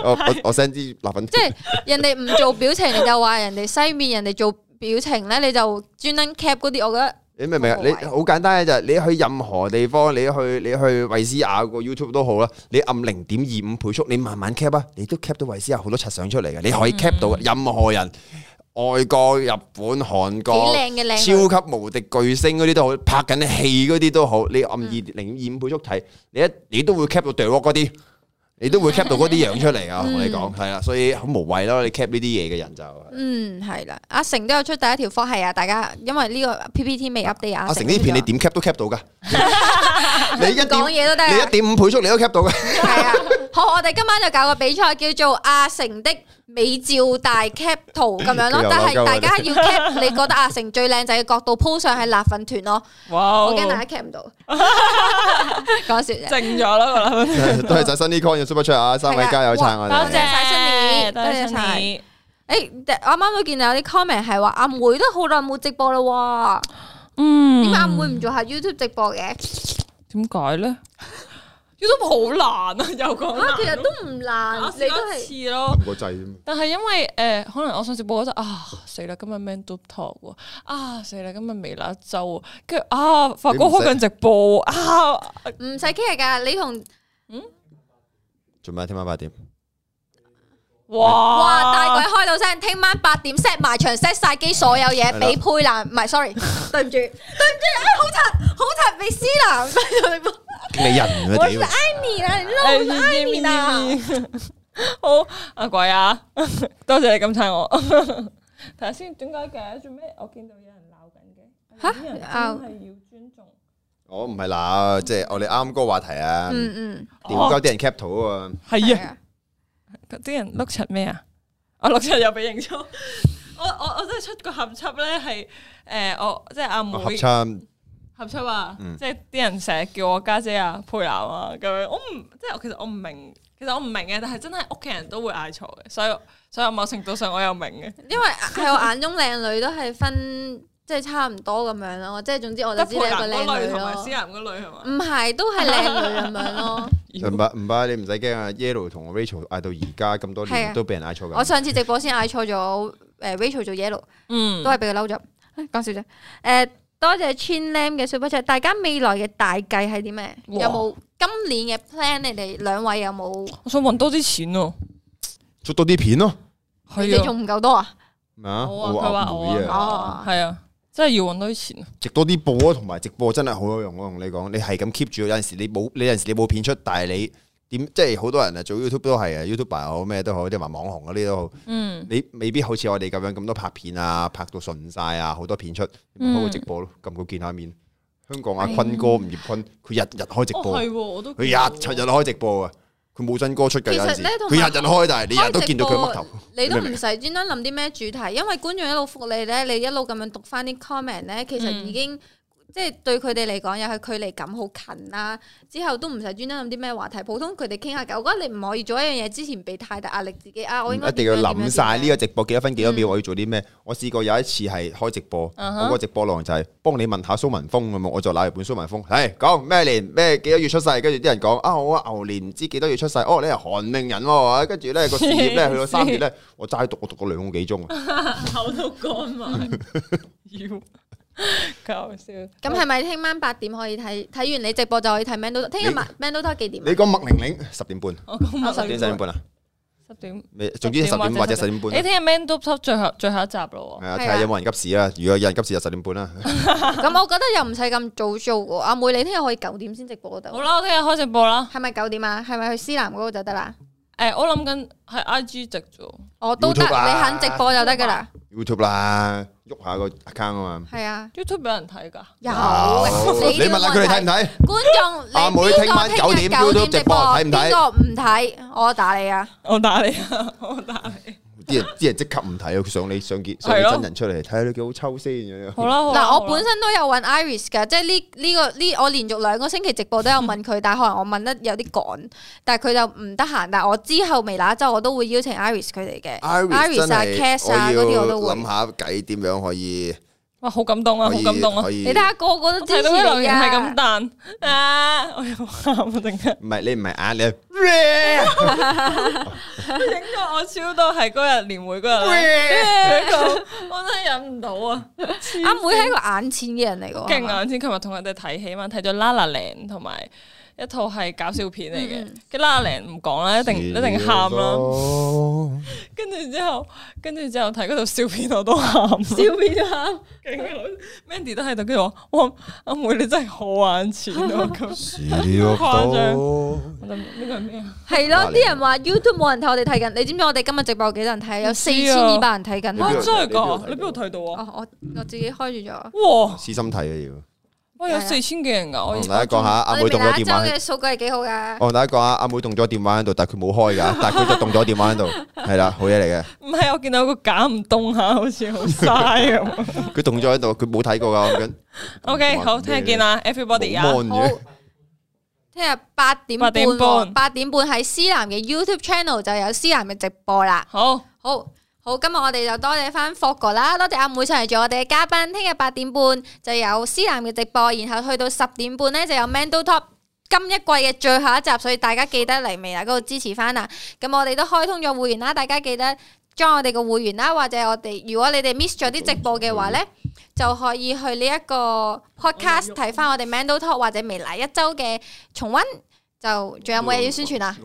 我 我我 send 支辣粉，
即係人哋唔做表情，你就話人哋西面，人哋做表情咧，你就專登 cap 嗰啲，我覺得。
你明唔明啊？你好簡單嘅就係你去任何地方，你去你去維斯雅個 YouTube 都好啦，你按零點二五倍速，你慢慢 cap 啊，你都 cap 到維斯雅好多刷相出嚟嘅，你
嗯
可以 cap 到嘅任何人，外國、日本、韓
幾
國。
靚嘅靚女，
超級無敵巨星嗰啲都好，拍緊戲嗰啲都好，你按二零二五倍速睇，你一你都會 cap 到 d e 嗰啲，你都會 cap 到嗰啲樣出嚟啊！我
嗯
同你講係啦，所以好無謂咯，你 cap 呢啲嘢嘅人就
嗯係啦，阿成都有出第一條科係啊，大家因為呢個 PPT 未 update 啊，
阿成呢片你點 cap 都 cap 到 噶，你一點
講嘢都得啊
你一點五倍速你都 cap 到 噶，
係啊，好，我哋今晚就搞個比賽，叫做阿成的美照大 cap 圖咁
佢
樣咯
又，
但
嬲鳩
係
啊
大家要 cap 你覺得阿成最靚仔嘅角度 po 上係辣粉團 咯，
哇！
我驚大家 cap 唔到， 講笑啫。
靜咗啦個啦。
多謝晒 Sunny Con 嘅 super chat 啊！ 三位加油撐我
多謝
哋，
晒 Sunny，
多
多謝晒
謝晒。Sunny
誒，我啱啱都見到有啲 comment 係話阿妹都好耐冇直播啦喎，
嗯
點解阿妹唔做下 YouTube 直播嘅？
點解咧？YouTube 好難啊， 又講
啊，
難
其實都唔難，
我
你
試
都
多
係。
次咯。
個掣
但係因為誒、呃可能我上次播嗰陣啊，死啦！今日 Man Do Talk 喎，啊死啦！今日微辣周喎，跟住啊，發哥
你唔使
開緊直播喎啊，
唔使 care 噶，你同
做咩？聽晚八點，
哇
哇大鬼開到聲，聽晚八點 set 埋場 set 晒機所有
係啦
嘢俾佩蘭，唔係 sorry，對唔住，對唔住，哎好殘好殘俾思南，
經理人
我
嘅
是
屌，
艾米啦，你
哎
撈艾米啦，
好阿鬼啊，多謝你咁撐我。睇下先，點解嘅？做咩？我見到有人鬧緊嘅。
吓
啲人真
啊
係要尊重。
我唔係嗱，即係我哋啱嗰個話題啊，點
嗯
解啲人 cap 圖啊？
係
嗯
啊，，啲人碌柒咩啊？我碌柒又俾認咗。 我我我真係出個合輯咧，係誒我即係阿妹
我合唱
合輯啊
嗯，
即係啲人成日叫我家姐啊、佩蘭啊咁樣，我唔即係我其實我唔明，其實我唔明嘅，但係真係屋企人都會嗌錯嘅，所以所以某程度上我又明嘅。
因為喺我眼中靚女都係分即係差唔多咁樣咯，嗯即係總之我就
得
知
佩
你係一個
蘭
靚
嗰女
女
同埋思
咯，
南嗰女係嘛？
唔係都係靚女咁樣咯。
呃唔怕唔怕，你唔使驚啊！Yellow 同 Rachel 嗌到而家咁多
係啊
年都俾人嗌錯
我
㗎，
上次直播先嗌錯咗，誒 Rachel 做 yellow。
嗯
都係俾佢嬲咗。講笑啫。诶，多謝 Chin Lam 嘅 super chat。大家未來嘅大計係啲咩？
哇
有冇今年嘅 plan？你哋兩位有冇？
我想揾多啲錢喎，
捉到啲片咯，
你哋
係啊，
仲唔哦夠多啊？
咩啊？
我啊
我
佢
話
話
唔
我
會啊，
啊，係啊，真係要揾多啲錢啊！
直多啲播啊，同埋直播真係好有用。我同你講，你係咁 keep 住，有陣時你冇，你有陣時你冇片出，但係你點即係好多人啊，做 YouTube 都係啊，YouTube 又好咩都好，即係話網紅嗰啲都好，
嗯，
你未必好似我哋咁樣咁多拍片啊，拍到順晒啊，好多片出，
嗯啊
開個直播咯，咁好見下面。香港阿坤哥吳業坤，佢日日開直
哦
播
係，喎，我都
佢日日日開直播啊，佢冇真歌出㗎
其實
有陣時，
呢同
佢
埋
日日開，但係你日日都見到佢嘜頭。
你都
明唔
唔使專登諗啲咩主題，因為觀眾一路覆你咧，你一路咁樣讀翻啲 comment 咧，其實
嗯
已經即係對佢哋嚟講，又係距離感好近啦。之後都唔使專登諗啲咩話題，普通佢哋傾下偈。我覺得你唔可以做一樣嘢之前俾太大壓力自己啊！我應該
嗯一定要諗晒呢
個
個直播幾多分幾多秒，我要做啲咩？我試過有一次係開直播，
嗯哼
我個直播內容就係幫你問下蘇文峰咁啊，我就攞住本蘇文峰，係講咩年咩幾多月出世，跟住啲人講啊，我牛年唔知幾多月出世，哦，你係韓命人喎，跟住咧個事業咧去到三月咧，我齋讀我讀過兩個幾鐘啊，
口到乾 埋，要搞笑。
啊咁係咪聽晚八點可以睇？睇完你直播就可以睇 Man Do？聽日晚 Man Do 幾點啊？
你講麥玲玲十點半，
我講
我十
十
Ừ,
點十點半啊，
十點，
你總之十點或者十點半
你
啊，
聽日 Man d o p 最後最後一集咯
係
喎，
啊，睇下有冇人急事啊，如果有人急事就十點半啦，
啊咁我覺得又唔使咁早做喎。阿妹，你聽日可以九點先直播嗰
好
度，
啦，我聽日開直播啦。
係咪九點啊？係咪去思南嗰度就得啦？
誒，我諗緊係 I G 直做，
我都得，你
YouTube 啊
肯直播就得噶啦。
YouTube 啦，喐下個 account Ờ. 啊嘛，啊
係啊，
YouTube 有人睇㗎。
有
你問下佢哋睇唔
睇？
睇？
觀眾，
阿妹
你邊個
聽晚九點
聽日九
YouTube 直播睇唔睇
邊個唔睇？我打你啊！
我打你啊！ 我打你。
啲人啲人即刻唔睇啊！佢想你想見想
係
你
咯
真人出嚟睇下你幾好抽先嘅。
好啦，好啦
嗱，我
好啦
本身都有問 Iris 㗎，即係呢呢個呢，我連續兩個星期直播都有問佢，但係可能我問得有啲趕，但係佢就唔得閒。但係我之後微那周我都會邀請 Iris 佢哋嘅
Iris 真
啊、
係
Cass 啊嗰啲我都
我要
會
諗。下計點樣可以
哇，好感動啊，
可
好
以
感動啊！
可以
你睇下個個
我
都支
睇
持
到啲留
你
言係咁
啊！
彈啊！我又喊啊！突然間
唔係你唔係眼你係
影咗我超多係嗰日年會嗰日咧，我真係忍唔到啊！
阿妹係一個眼淺嘅人嚟㗎，係
勁
嘛
啊！先琴日同佢哋睇戲嘛，睇咗《La La Land》同埋一套係搞笑片嚟嘅
嗯，
跟《La La Land》唔講啦，一定一定喊 啦。
啦。
跟住之後，跟住之後睇嗰套笑片我都喊，笑片都喊。Mandy 都喺度，跟住我哇，阿妹你真係好眼淺啊！ 咁誇張我就呢個係咩啊？
係咯，啲人話 YouTube 冇人睇，我哋睇緊。你知唔知我哋今日直播有幾多人
啊
睇？有四千二百人睇緊。
你邊
哇！
度
哦，
真係
你邊度睇到，
㗎你邊度睇到啊？
我我自己開住咗。
哇！
私心睇啊
哇，有四千幾人㗎，
要。
我
哦
我同大家講下，阿
我
妹
哋
動
微
咗
辣一
電
周
話喺，
嘅數據係幾好㗎。
我同大家講下，阿妹動咗電話喺度，但係佢冇開㗎，但係佢就動咗電話喺度，係啦，好嘢嚟嘅。
唔係，我見到個假唔動下，好似好 嘥咁。
佢動咗喺度，佢冇睇過㗎，我緊
OK，好，聽日見啦，everybody 啊！
冇 mon
好
嘅，
聽日八點半
8點
喎，
半
八點半喺思南嘅 YouTube channel 就有思南嘅直播啦。
好，
好好，今日我哋就多謝翻霍哥啦，多謝阿妹上嚟做我哋嘅嘉賓。聽日八點半就有思南嘅直播，然後去到十點半呢就有 Mando Top。今一季嘅最後一集，所以大家記得嚟微辣嗰度支持翻啦。咁我哋都開通咗會員啦，大家記得將我哋嘅會員啦，或者我哋如果你哋 miss 咗啲直播嘅話呢，就可以去呢一個 podcast 睇翻我哋 Mando Talk 或者微辣一周嘅重温。就仲有冇嘢要宣傳啊？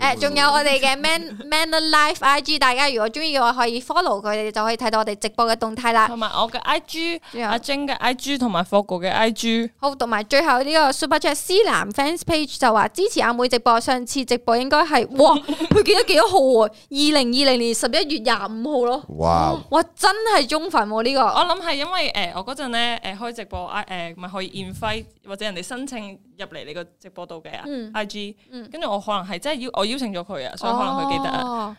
誒，仲有我哋嘅 Man Man Life IG，大家如果中意嘅話，可以 follow 佢哋，就可以睇到我哋直播嘅動態啦。
同埋我嘅 IG，
仲有
阿晶嘅 IG 同埋霍哥嘅 IG，
好，同埋最後呢個 Super Chat 思南 fans page 就話支持阿妹直播，上次直播應該係 哇，佢記得幾多號喎？二零二零年十一月廿五號咯，
哇！
哇，真係中粉喎呢
我
個，
諗係因為誒我嗰陣咧誒開直播，誒誒咪可以 invite 或者人哋申請入嚟你個直播度嘅啊
嗯
IG，
嗯
跟住我可能係真係邀我邀請咗佢啊，所以可能佢記得啊，
哦，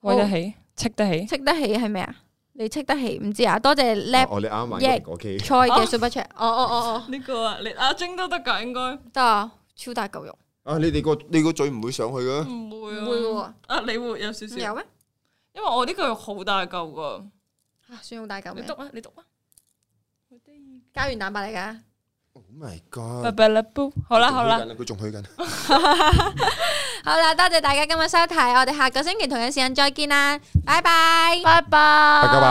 喂得起，戚得起，
識得起係咩啊？你識得起唔知啊？多謝 Lab
我哋啱啱
一
買嗰機，
菜嘅 Super Chat，哦哦哦
呢個啊，你阿晶都得㗎，應該
哦，得啊，超大嚿肉，
啊！你哋個你個嘴唔會上去嘅。
唔會
唔
啊，
會喎，
啊你會有少少，
有咩？
因為我呢個好大嚿㗎。
啊，算好大嚿咩
你？讀啊，你讀啊。好得意。
膠原蛋白嚟㗎。
Oh my god！À.
拜拜啦，boo。好啦，好啦，，
佢仲去緊。
好啦，多謝大家今日收睇，我哋下個星期同樣時間再見啦，拜拜。
拜拜，
大家拜。